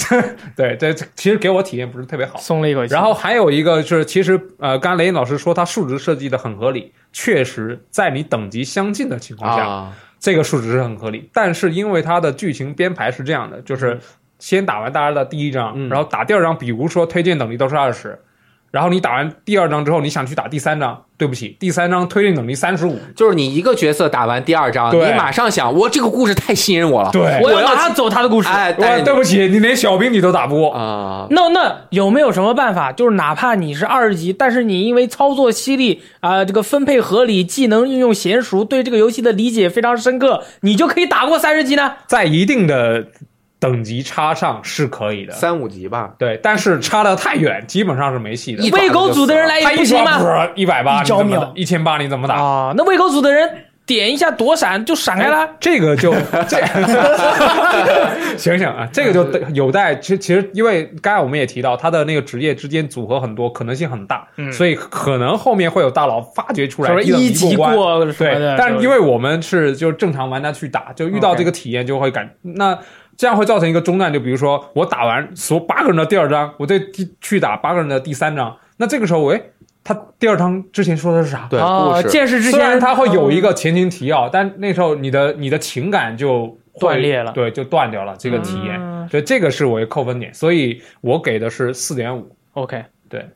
Speaker 3: 对，这这其实给我体验不是特别好。
Speaker 2: 松了一口气。
Speaker 3: 然后还有一个就是，其实呃，刚才雷老师说他数值设计的很合理，确实在你等级相近的情况下，
Speaker 1: 啊，
Speaker 3: 这个数值是很合理。但是因为它的剧情编排是这样的，就是先打完大家的第一章，
Speaker 1: 嗯
Speaker 3: 然后打第二章，比如说推荐等级都是二十。然后你打完第二章之后，你想去打第三章，对不起，第三章推荐等级三十五，
Speaker 1: 就是你一个角色打完第二章，你
Speaker 3: 对
Speaker 1: 马上想，我这个故事太吸引我了，
Speaker 3: 对
Speaker 2: 我
Speaker 1: 我
Speaker 2: 要
Speaker 1: 要
Speaker 2: 让他走他的故事。
Speaker 1: 哎，但
Speaker 3: 哇，
Speaker 1: 是
Speaker 3: 对不起，你连小兵你都打不过，
Speaker 1: 啊，
Speaker 2: 那那有没有什么办法？就是哪怕你是二级，但是你因为操作犀利啊、这个分配合理，技能运用娴熟，对这个游戏的理解非常深刻，你就可以打过三十级呢？
Speaker 3: 在一定的等级差上是可以的，
Speaker 1: 三五级吧，
Speaker 3: 对，但是差的太远，基本上是没戏的。
Speaker 1: 一
Speaker 2: 喂狗组的人来
Speaker 3: 他
Speaker 2: 也
Speaker 3: 一
Speaker 2: 不行吗？
Speaker 3: 一百八，
Speaker 4: 一招
Speaker 3: 你怎么
Speaker 4: 秒
Speaker 3: 打一千八，你怎么打？
Speaker 2: 啊，那喂狗组的人点一下躲闪就闪开哎了。
Speaker 3: 哎这个 就这，想想啊，这个
Speaker 2: 嗯
Speaker 3: 就有待。其实其实，因为刚才我们也提到，他的那个职业之间组合很多，可能性很大，所以可能后面会有大佬发掘出来
Speaker 2: 什么
Speaker 3: 等
Speaker 2: 嗯一级
Speaker 3: 哎过关
Speaker 2: 过什
Speaker 3: 对
Speaker 2: 么的，，
Speaker 3: 但
Speaker 2: 是
Speaker 3: 是因为我们是就正常玩家去打，就遇到
Speaker 2: OK
Speaker 3: 这个体验就会感那。这样会造成一个中断，就比如说我打完所八个人的第二章，我再第去打八个人的第三章，那这个时候，喂，他第二章之前说的是啥？
Speaker 1: 对
Speaker 2: 哦，
Speaker 1: 故事。
Speaker 2: 见识之
Speaker 3: 虽然
Speaker 2: 前
Speaker 3: 它会有一个前情提要，但那时候你的你的情感就会
Speaker 2: 断裂了
Speaker 3: 对，就断掉了这个体验，
Speaker 2: 嗯
Speaker 3: 所以这个是我的扣分点，所以我给的是四点五。
Speaker 2: OK，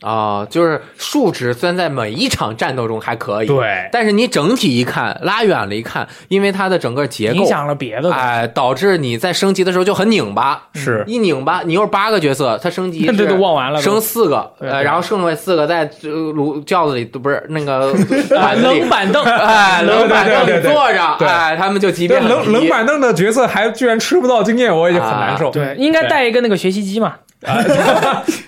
Speaker 1: 啊、就是数值虽然在每一场战斗中还可以，，
Speaker 3: 对，
Speaker 1: 但是你整体一看，拉远了一看，因为它的整个结构
Speaker 2: 影，响了别的。
Speaker 1: 哎、导致你在升级的时候就很拧巴，
Speaker 3: 是
Speaker 1: 一拧巴，你又是八个角色，它升级
Speaker 2: 这都
Speaker 1: 是
Speaker 2: 忘完了，
Speaker 1: 升四个，
Speaker 2: 对
Speaker 1: 呃，
Speaker 2: 对
Speaker 1: 然后剩下四个在呃炉轿子里，不是那 个板子
Speaker 2: 冷
Speaker 1: 里，
Speaker 2: 板凳，
Speaker 1: 哎，冷板凳
Speaker 3: 对
Speaker 1: 里
Speaker 3: 对对对对
Speaker 1: 坐着，
Speaker 3: 对
Speaker 1: 哎，他们就即
Speaker 3: 对
Speaker 1: 便
Speaker 3: 冷冷板凳的角色还居然吃不到经验，我也很难受。
Speaker 2: 对，应该带一个那个学习机嘛。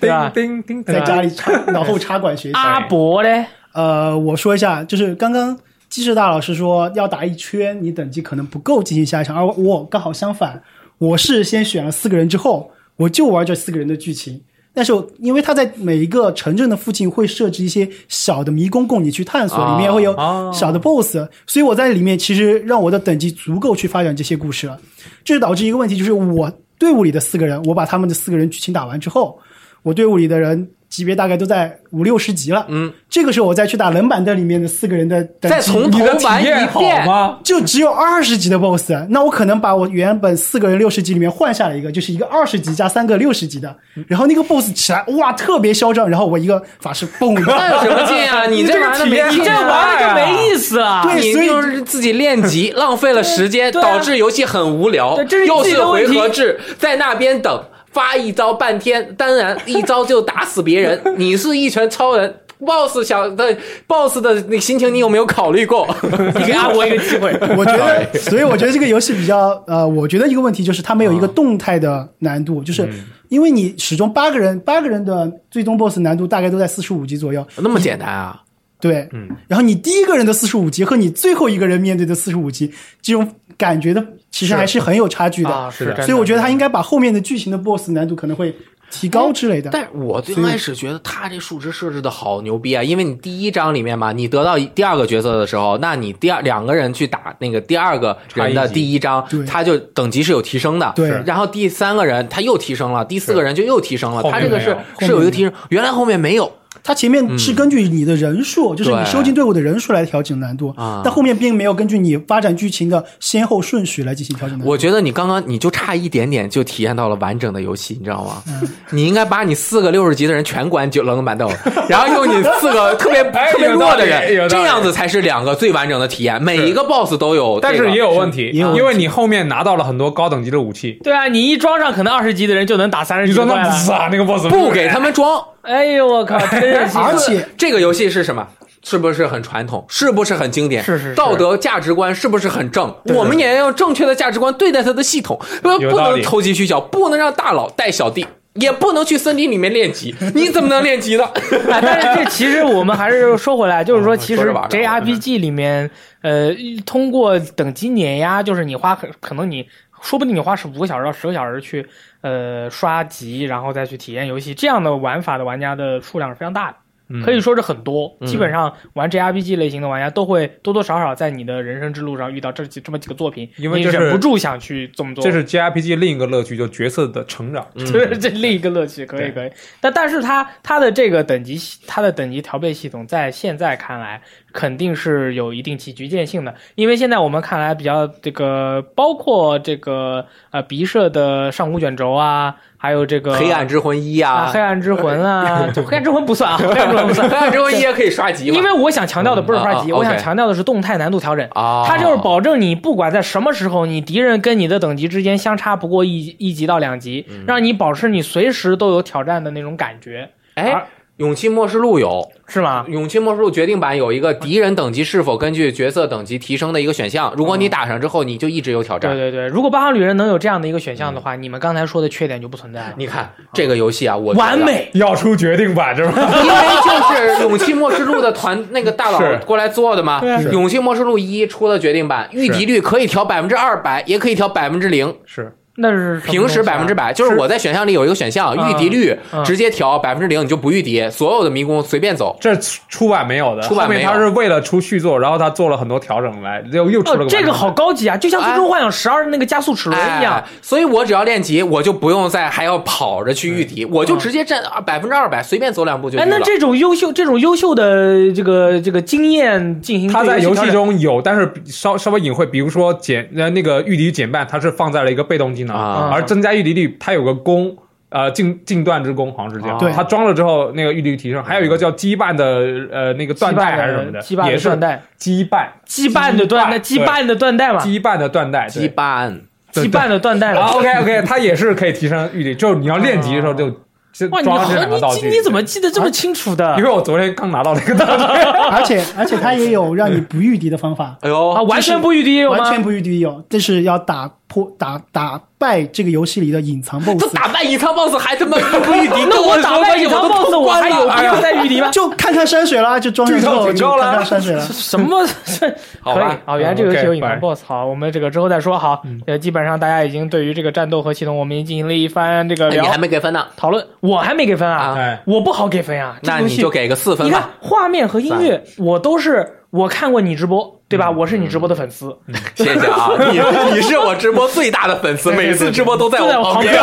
Speaker 2: 对吧
Speaker 3: 叮叮叮，
Speaker 4: 在
Speaker 3: 里。
Speaker 4: 家里插脑后插 管学习。
Speaker 2: 阿伯
Speaker 3: 哎
Speaker 2: 嘞，
Speaker 4: 呃，我说一下，就是刚刚机智大老师说要打一圈，你等级可能不够进行下一场，而我刚好相反，我是先选了四个人之后，我就玩这四个人的剧情。但是我因为他在每一个城镇的附近会设置一些小的迷宫供你去探索，
Speaker 1: 啊
Speaker 4: 里面会有
Speaker 3: 哦
Speaker 4: 小的 BOSS，、所以我在里面其实让我的等级足够去发展这些故事了。这就导致一个问题，就是我队伍里的四个人，我把他们的四个人剧情打完之后，我队伍里的人级别大概都在五六十级了。
Speaker 1: 嗯，
Speaker 4: 这个时候我再去打冷板凳里面的四个人的等
Speaker 1: 再
Speaker 4: 级，
Speaker 1: 从
Speaker 3: 你
Speaker 1: 头
Speaker 3: 的
Speaker 1: 玩
Speaker 3: 体
Speaker 1: 一
Speaker 3: 验好
Speaker 1: 遍
Speaker 3: 吗？
Speaker 4: 就只有二十级的 BOSS，那我可能把我原本四个人六十级里面换下来一个，就是一个二十级加三个六十级的，然后那个 BOSS 起来哇特别嚣张，然后我一个法师嘣，
Speaker 1: 那有什么劲啊？你这玩意儿没
Speaker 2: 你
Speaker 1: 劲
Speaker 2: 这
Speaker 1: 啊
Speaker 3: 哎
Speaker 2: 玩了就没意思了。
Speaker 4: 对
Speaker 1: 你
Speaker 4: 所以
Speaker 1: 就是自己练级，浪费了时间，
Speaker 2: 对啊
Speaker 1: 导致游戏很无聊
Speaker 2: 对这是，你
Speaker 1: 又
Speaker 2: 自己
Speaker 1: 是
Speaker 2: 的问
Speaker 1: 回
Speaker 2: 题
Speaker 1: 合制，在那边等发一招半天，当然一招就打死别 人，你是一拳超人。boss 想的 boss 的那个心情，你有没有考虑过？
Speaker 2: 你给阿伯一个 机会。
Speaker 4: 我觉
Speaker 1: 哎
Speaker 4: 得，所以我觉得这个游戏比较呃，我觉得一个问题就是它没有一个动态的难度，就是因为你始终八个人，八个人的最终 BOSS 难度大概都在四十五级左右，
Speaker 1: 那么简单啊？
Speaker 4: 对，
Speaker 3: 嗯，
Speaker 4: 然后你第一个人的四十五级和你最后一个人面对的四十五级，这种感觉的其实还是很有差距的，
Speaker 2: 啊，
Speaker 3: 是
Speaker 2: 的
Speaker 3: 的，
Speaker 4: 所以我觉得他应该把后面的剧情的 BOSS 难度可能会提高之类的。
Speaker 1: 但我最开始觉得他这数值设置的好牛逼啊，因为你第一章里面嘛，你得到第二个角色的时候，那你第二两个人去打那个第二个人的第一章
Speaker 4: 对，
Speaker 1: 他就等级是有提升的。
Speaker 4: 对
Speaker 1: 是然后第三个人他又提升了，第四
Speaker 3: 是
Speaker 1: 个人就又提升了，
Speaker 3: 后面
Speaker 1: 他这个是
Speaker 3: 没
Speaker 1: 是有一个提升，原来后面没有。
Speaker 4: 它前面是根据你的人数，就是你
Speaker 1: 对
Speaker 4: 收进队伍的人数来调整难度
Speaker 1: 啊，
Speaker 4: 但后面并没有根据你发展剧情的先后顺序来进行调
Speaker 3: 嗯
Speaker 4: 整难度
Speaker 1: 我。觉得你刚刚你就差一点点就体验到了完整的游戏，你知道吗？
Speaker 3: 嗯
Speaker 1: 你应该把你四个六十级的人全关就扔板凳， 然后用你四个特别
Speaker 3: 哎
Speaker 1: 特别
Speaker 3: 有道理
Speaker 1: 弱的
Speaker 3: 有
Speaker 1: 人，
Speaker 3: 道理
Speaker 1: 这样子才是两个最完整的体验。每一个 BOSS 都有这个，
Speaker 3: 但是也有问题，
Speaker 4: 也有问题
Speaker 3: 因为你后面拿到了很多高等级的武器，
Speaker 2: 对啊，你一装上可能二十级的人就能打三十
Speaker 3: 你
Speaker 2: 级
Speaker 3: 说
Speaker 2: 的怪
Speaker 3: 那
Speaker 2: 了。
Speaker 3: 不啊那个 boss
Speaker 1: 不给他们装。
Speaker 2: 哎呦我靠，真是
Speaker 4: 而且
Speaker 1: 这个游戏是什么？是不是很传统？是不是很经典？
Speaker 2: 是是是
Speaker 1: 道德价值观是不是很正？我们也要用正确的价值观对待它的系统，不
Speaker 3: 有
Speaker 1: 不
Speaker 3: 道理
Speaker 1: 能投机取巧，不能让大佬带小弟，也不能去森林里面练级。你怎么能练级呢？
Speaker 2: 啊， 但是这其实我们还是说回来，就是说，其
Speaker 1: 说
Speaker 2: 实
Speaker 1: 着玩儿的
Speaker 2: JRPG 里面，呃，通过等级碾压，就是你花可可能你说不定你花十五个小时到十个小时去呃刷级，然后再去体验游戏，这样的玩法的玩家的数量是非常大的。可以说是很多，基本上玩 JRPG 类型的玩家都会多多少少在你的人生之路上遇到这几这么几个作品，
Speaker 3: 因为
Speaker 2: 你
Speaker 3: 这是
Speaker 2: 忍不住想去这么做。
Speaker 3: 这是 JRPG 另一个乐趣，就角色的成长。
Speaker 1: 嗯
Speaker 2: 这这另一个乐趣，可以
Speaker 3: 对
Speaker 2: 可以。但但是它它的这个等级系，它的等级调配系统，在现在看来肯定是有一定其局限性的，因为现在我们看来比较这个，包括这个呃鼻射的上古卷轴啊，还有这个
Speaker 1: 黑暗之魂一
Speaker 2: 啊
Speaker 1: 啊，
Speaker 2: 黑暗之魂 啊，就黑暗之魂不算啊，黑暗之魂不算。
Speaker 1: 黑暗之魂一也可以刷级嘛，
Speaker 2: 因为我想强调的不是刷
Speaker 1: 嗯
Speaker 2: 级，
Speaker 1: 啊啊
Speaker 2: 我想
Speaker 1: OK
Speaker 2: 强调的是动态难度调整。
Speaker 3: 哦
Speaker 1: 啊，
Speaker 2: 它就是保证你不管在什么时候，你敌人跟你的等级之间相差不过
Speaker 3: 嗯
Speaker 2: 一一级到两级，让你保持你随时都有挑战的那种感觉，啊
Speaker 1: 哎。勇气末世录有，
Speaker 2: 是吗？
Speaker 1: 勇气末世录决定版有一个敌人等级是否根据角色等级提升的一个选项。如果你打上之后，你就一直有挑战
Speaker 2: 嗯对。对对，如果八方旅人能有这样的一个选项的
Speaker 3: 嗯
Speaker 2: 话，你们刚才说的缺点就不存在了，
Speaker 1: 你看这个游戏啊，我觉得
Speaker 2: 完美。
Speaker 3: 要出决定版是吧？
Speaker 1: 因为就是《勇气末世录》的团那个大佬
Speaker 3: 是
Speaker 1: 过来做的嘛，
Speaker 2: 对啊
Speaker 1: 《勇气末世录一》出的决定版，预敌率可以调百分之二百，也可以调百分之零，
Speaker 3: 是，
Speaker 2: 那是什么
Speaker 1: 平时
Speaker 2: 东西啊
Speaker 1: 百分之百。就是我在选项里有一个选项，
Speaker 2: 啊
Speaker 1: 预敌率
Speaker 2: 啊
Speaker 1: 直接调百分之零，你就不预敌，所有的迷宫随便走。
Speaker 3: 这出出版没有的，
Speaker 1: 出版没有
Speaker 3: 后面他是为了出续作，然后他做了很多调整来，又又出了
Speaker 2: 哦，
Speaker 3: 个
Speaker 2: 这个好高级啊，就像《最终幻想十二》那个加速齿轮一样
Speaker 1: 哎，，所以我只要练级，我就不用再还要跑着去预敌，我就直接占啊百分之二百，随便走两步就
Speaker 2: 嗯哎，
Speaker 1: 预
Speaker 2: 那
Speaker 1: 了。
Speaker 2: 这种优秀、这种优秀的这个这个经验进行
Speaker 3: 他在
Speaker 2: 对
Speaker 3: 游
Speaker 2: 调
Speaker 3: 戏
Speaker 2: 整
Speaker 3: 中有，但是比稍稍微隐晦，比如说减呃那个御敌减半，它是放在了一个被动技能，
Speaker 1: 啊
Speaker 3: 而增加御敌率，它有个攻。呃，近近段之攻好像是这样，
Speaker 1: 对
Speaker 3: 它装了之后那个御敌率提升，还有一个叫羁绊的呃那个
Speaker 2: 羁
Speaker 3: 断
Speaker 2: 绊
Speaker 3: 代还是
Speaker 2: 的
Speaker 3: 什么的，
Speaker 2: 嗯羁绊
Speaker 3: 也
Speaker 2: 的啊
Speaker 3: 是
Speaker 2: 断代，
Speaker 3: 羁绊
Speaker 2: 羁绊的断代，羁
Speaker 3: 羁绊
Speaker 2: 绊的断代嘛，
Speaker 3: 羁绊的断代，
Speaker 1: 羁绊，
Speaker 2: 羁绊的断代了
Speaker 3: 啊。OK OK，它也是可以提升御敌，就是你要练级的时候就就
Speaker 2: 啊哇，你
Speaker 3: 装了这两个道
Speaker 2: 和
Speaker 3: 具。
Speaker 2: 你你怎么记得这么清楚的
Speaker 3: 因？为我昨天刚拿到那个 道具，
Speaker 4: 而且而且它也有让你不御敌的方 法，
Speaker 1: 哎
Speaker 2: 啊，
Speaker 1: 呦，
Speaker 2: 完全不预敌有
Speaker 4: 完
Speaker 2: 吗
Speaker 4: 全？不御敌有，但是要打破打打败这个游戏里的隐藏
Speaker 1: 这
Speaker 4: BOSS，
Speaker 1: 打败隐藏 BOSS 还他妈不预敌，
Speaker 2: 那我打败隐藏 BOSS，我还有必要再预敌 吗？。
Speaker 4: 就看看山水啦，就装上之后
Speaker 3: 剧
Speaker 4: 就
Speaker 3: 透警告
Speaker 4: 看
Speaker 3: 啦
Speaker 4: 看山水了
Speaker 2: 什么？这
Speaker 1: 好
Speaker 2: 可以
Speaker 1: 吧
Speaker 2: 啊！原来这个游戏有隐藏
Speaker 3: OK，
Speaker 2: BOSS，好，我们这个之后再说。好，呃，基本上大家已经对于这个战斗和系统，我们已经进行了一番这个
Speaker 1: 哎你
Speaker 2: 聊
Speaker 1: 还没给分呢，
Speaker 2: 讨论。我还没给分啊，
Speaker 1: 啊
Speaker 3: 哎，
Speaker 2: 我不好给分啊。这
Speaker 1: 那
Speaker 2: 个游
Speaker 1: 你
Speaker 2: 戏
Speaker 1: 就给个四分
Speaker 2: 你
Speaker 1: 吧
Speaker 2: 看。画面和音乐，我都是我看过你直播，对吧？我是你直播的粉丝，
Speaker 1: 谢谢 啊，你你是我直播最大的粉丝，每次直播都在
Speaker 2: 就在我
Speaker 1: 旁
Speaker 2: 旁边，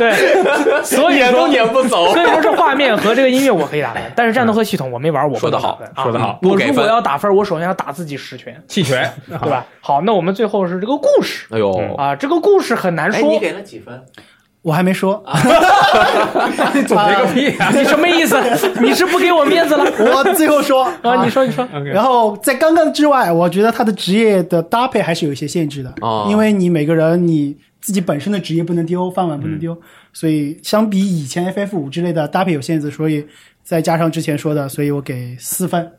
Speaker 2: 对，所以
Speaker 1: 撵都
Speaker 2: 说嗯
Speaker 1: 撵不走
Speaker 2: 所。以说这画面和这个音乐我可以打分，但是战斗和系统我没玩，我不
Speaker 1: 说得
Speaker 2: 能打
Speaker 1: 好
Speaker 2: 分
Speaker 3: 说得好
Speaker 2: 啊我
Speaker 1: 不给
Speaker 2: 如
Speaker 1: 分
Speaker 2: 果要打分，我首先要打自己十拳，
Speaker 3: 弃 权，
Speaker 2: 对吧？好，那我们最后是这个故事
Speaker 1: 哎呦，
Speaker 2: 啊，这个故事很难
Speaker 1: 哎，
Speaker 2: 说
Speaker 1: 你，给了几分？
Speaker 4: 我还没说，
Speaker 3: 你 总结个屁啊！
Speaker 2: 你什么意思？ 你是不给我面子了？
Speaker 4: 我最后说
Speaker 2: 啊，你说你说，
Speaker 4: 然后在刚刚之外，我觉得他的职业的搭配还是有一些限制的，
Speaker 1: 哦
Speaker 4: 因为你每个人你自己本身的职业不能丢，饭碗不能丢，所以相比以前 FF 五之类的搭配有限制，所以再加上之前说的，所以我给四分。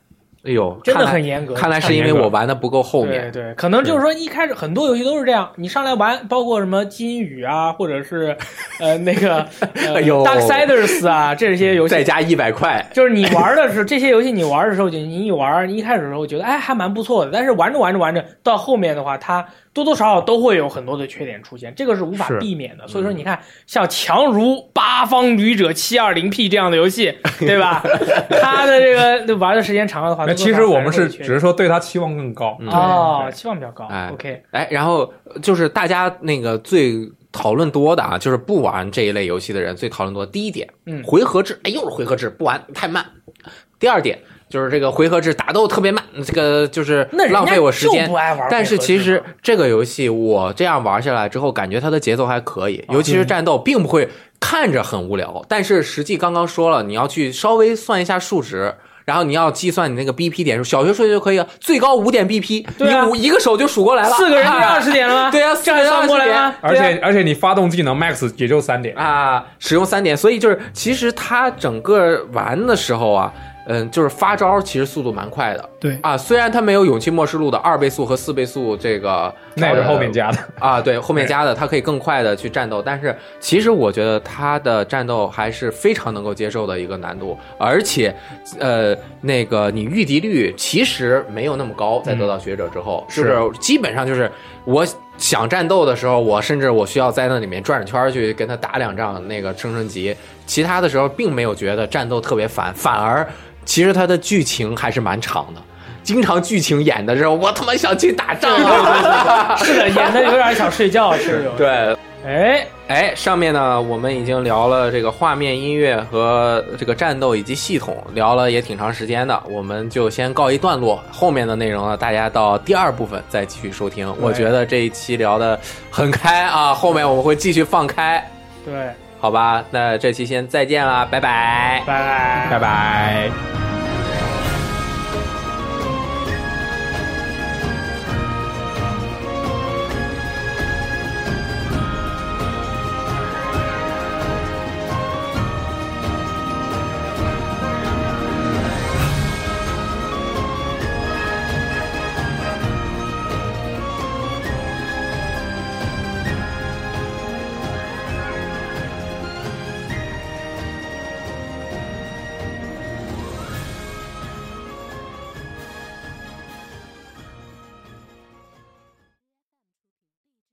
Speaker 1: 哎呦，
Speaker 2: 真的
Speaker 1: 看来
Speaker 2: 很严格
Speaker 1: 看来是因为我玩的不够后面，
Speaker 2: 对对，可能就是说一开始很多游戏都是这样，你上来玩，包括什么金语啊，或者是呃 那个
Speaker 1: 哎
Speaker 2: 呃
Speaker 1: 呦
Speaker 2: Darksiders 啊这些游
Speaker 1: 再
Speaker 2: 戏。
Speaker 1: 加一百块，
Speaker 2: 就是你玩的是这些游戏，你玩的时候，就你一玩，你一开始的时候觉得哎还蛮不错的，但是玩着玩着玩着，到后面的话，它多多少少都会有很多的缺点出现，这个是无法
Speaker 3: 是
Speaker 2: 避免的。所以说，你看像强如《八方旅者七二零 P》这样的游戏，对吧？它的这个玩的时间长了的话，
Speaker 3: 那
Speaker 2: 多多
Speaker 3: 其
Speaker 2: 少
Speaker 3: 实
Speaker 2: 少
Speaker 3: 我
Speaker 2: 还
Speaker 3: 们
Speaker 2: 会有
Speaker 3: 是
Speaker 2: 缺
Speaker 3: 只
Speaker 2: 点
Speaker 3: 是说对他期望更高。
Speaker 1: 嗯
Speaker 2: 哦，期望比较高
Speaker 1: 哎。
Speaker 2: OK，
Speaker 1: 哎，然后呃就是大家那个最讨论多的啊，就是不玩这一类游戏的人最讨论多。第一点，
Speaker 2: 嗯
Speaker 1: 回合制，哎，又是回合制，不玩太慢。第二点就是这个回合制打斗特别慢，这个就是
Speaker 2: 那人 家
Speaker 1: 浪费我时间
Speaker 2: 就不。爱玩回合制嘛。
Speaker 1: 但是其实这个游戏我这样玩下来之后，感觉它的节奏还可以，尤其
Speaker 2: 哦
Speaker 1: 是战斗，并不会看着很无聊，但是实际刚刚说了，你要去稍微算一下数值。然后你要计算你那个 BP 点数，小学数学就可以了，最高五点 BP，、
Speaker 2: 对啊
Speaker 1: 你五一个手就数过来了，
Speaker 2: 四个人就
Speaker 1: 啊
Speaker 2: 二十点了吗？
Speaker 1: 对啊
Speaker 2: 这样算过来吗？
Speaker 3: 而
Speaker 1: 对
Speaker 3: 且而且你发动技能 max 也就三点，
Speaker 1: 啊，使用三点，所以就是其实它整个玩的时候啊，嗯，就是发招其实速度蛮快的
Speaker 4: 对，
Speaker 1: 啊。虽然它没有勇气末世录的二倍速和四倍速这个，
Speaker 3: 那是
Speaker 1: 呃
Speaker 3: 后面加的。
Speaker 1: 啊，对，后面加的，它可以更快的去战斗，但是其实我觉得它的战斗还是非常能够接受的一个难度，而且，呃，那个你御敌率其实没有那么高，在得到学者之后，嗯就是基本上就是我想战斗的时候，我甚至我需要在那里面转着圈儿去跟他打两仗，那个升升级，其他的时候并没有觉得战斗特别烦，反而其实它的剧情还是蛮长的。经常剧情演的时候，我他妈想去打仗啊 了。
Speaker 2: 是的，演的有点想睡觉， 是有。
Speaker 1: 对，
Speaker 2: 哎，
Speaker 1: 哎，上面呢，我们已经聊了这个画面、音乐和这个战斗以及系统，聊了也挺长时间的，我们就先告一段落。后面的内容呢，大家到第二部分再继续收听。我觉得这一期聊的很开啊，后面我们会继续放开，
Speaker 2: 对，
Speaker 1: 好吧？那这期先再见啦，拜拜
Speaker 2: 拜拜。
Speaker 3: 拜拜。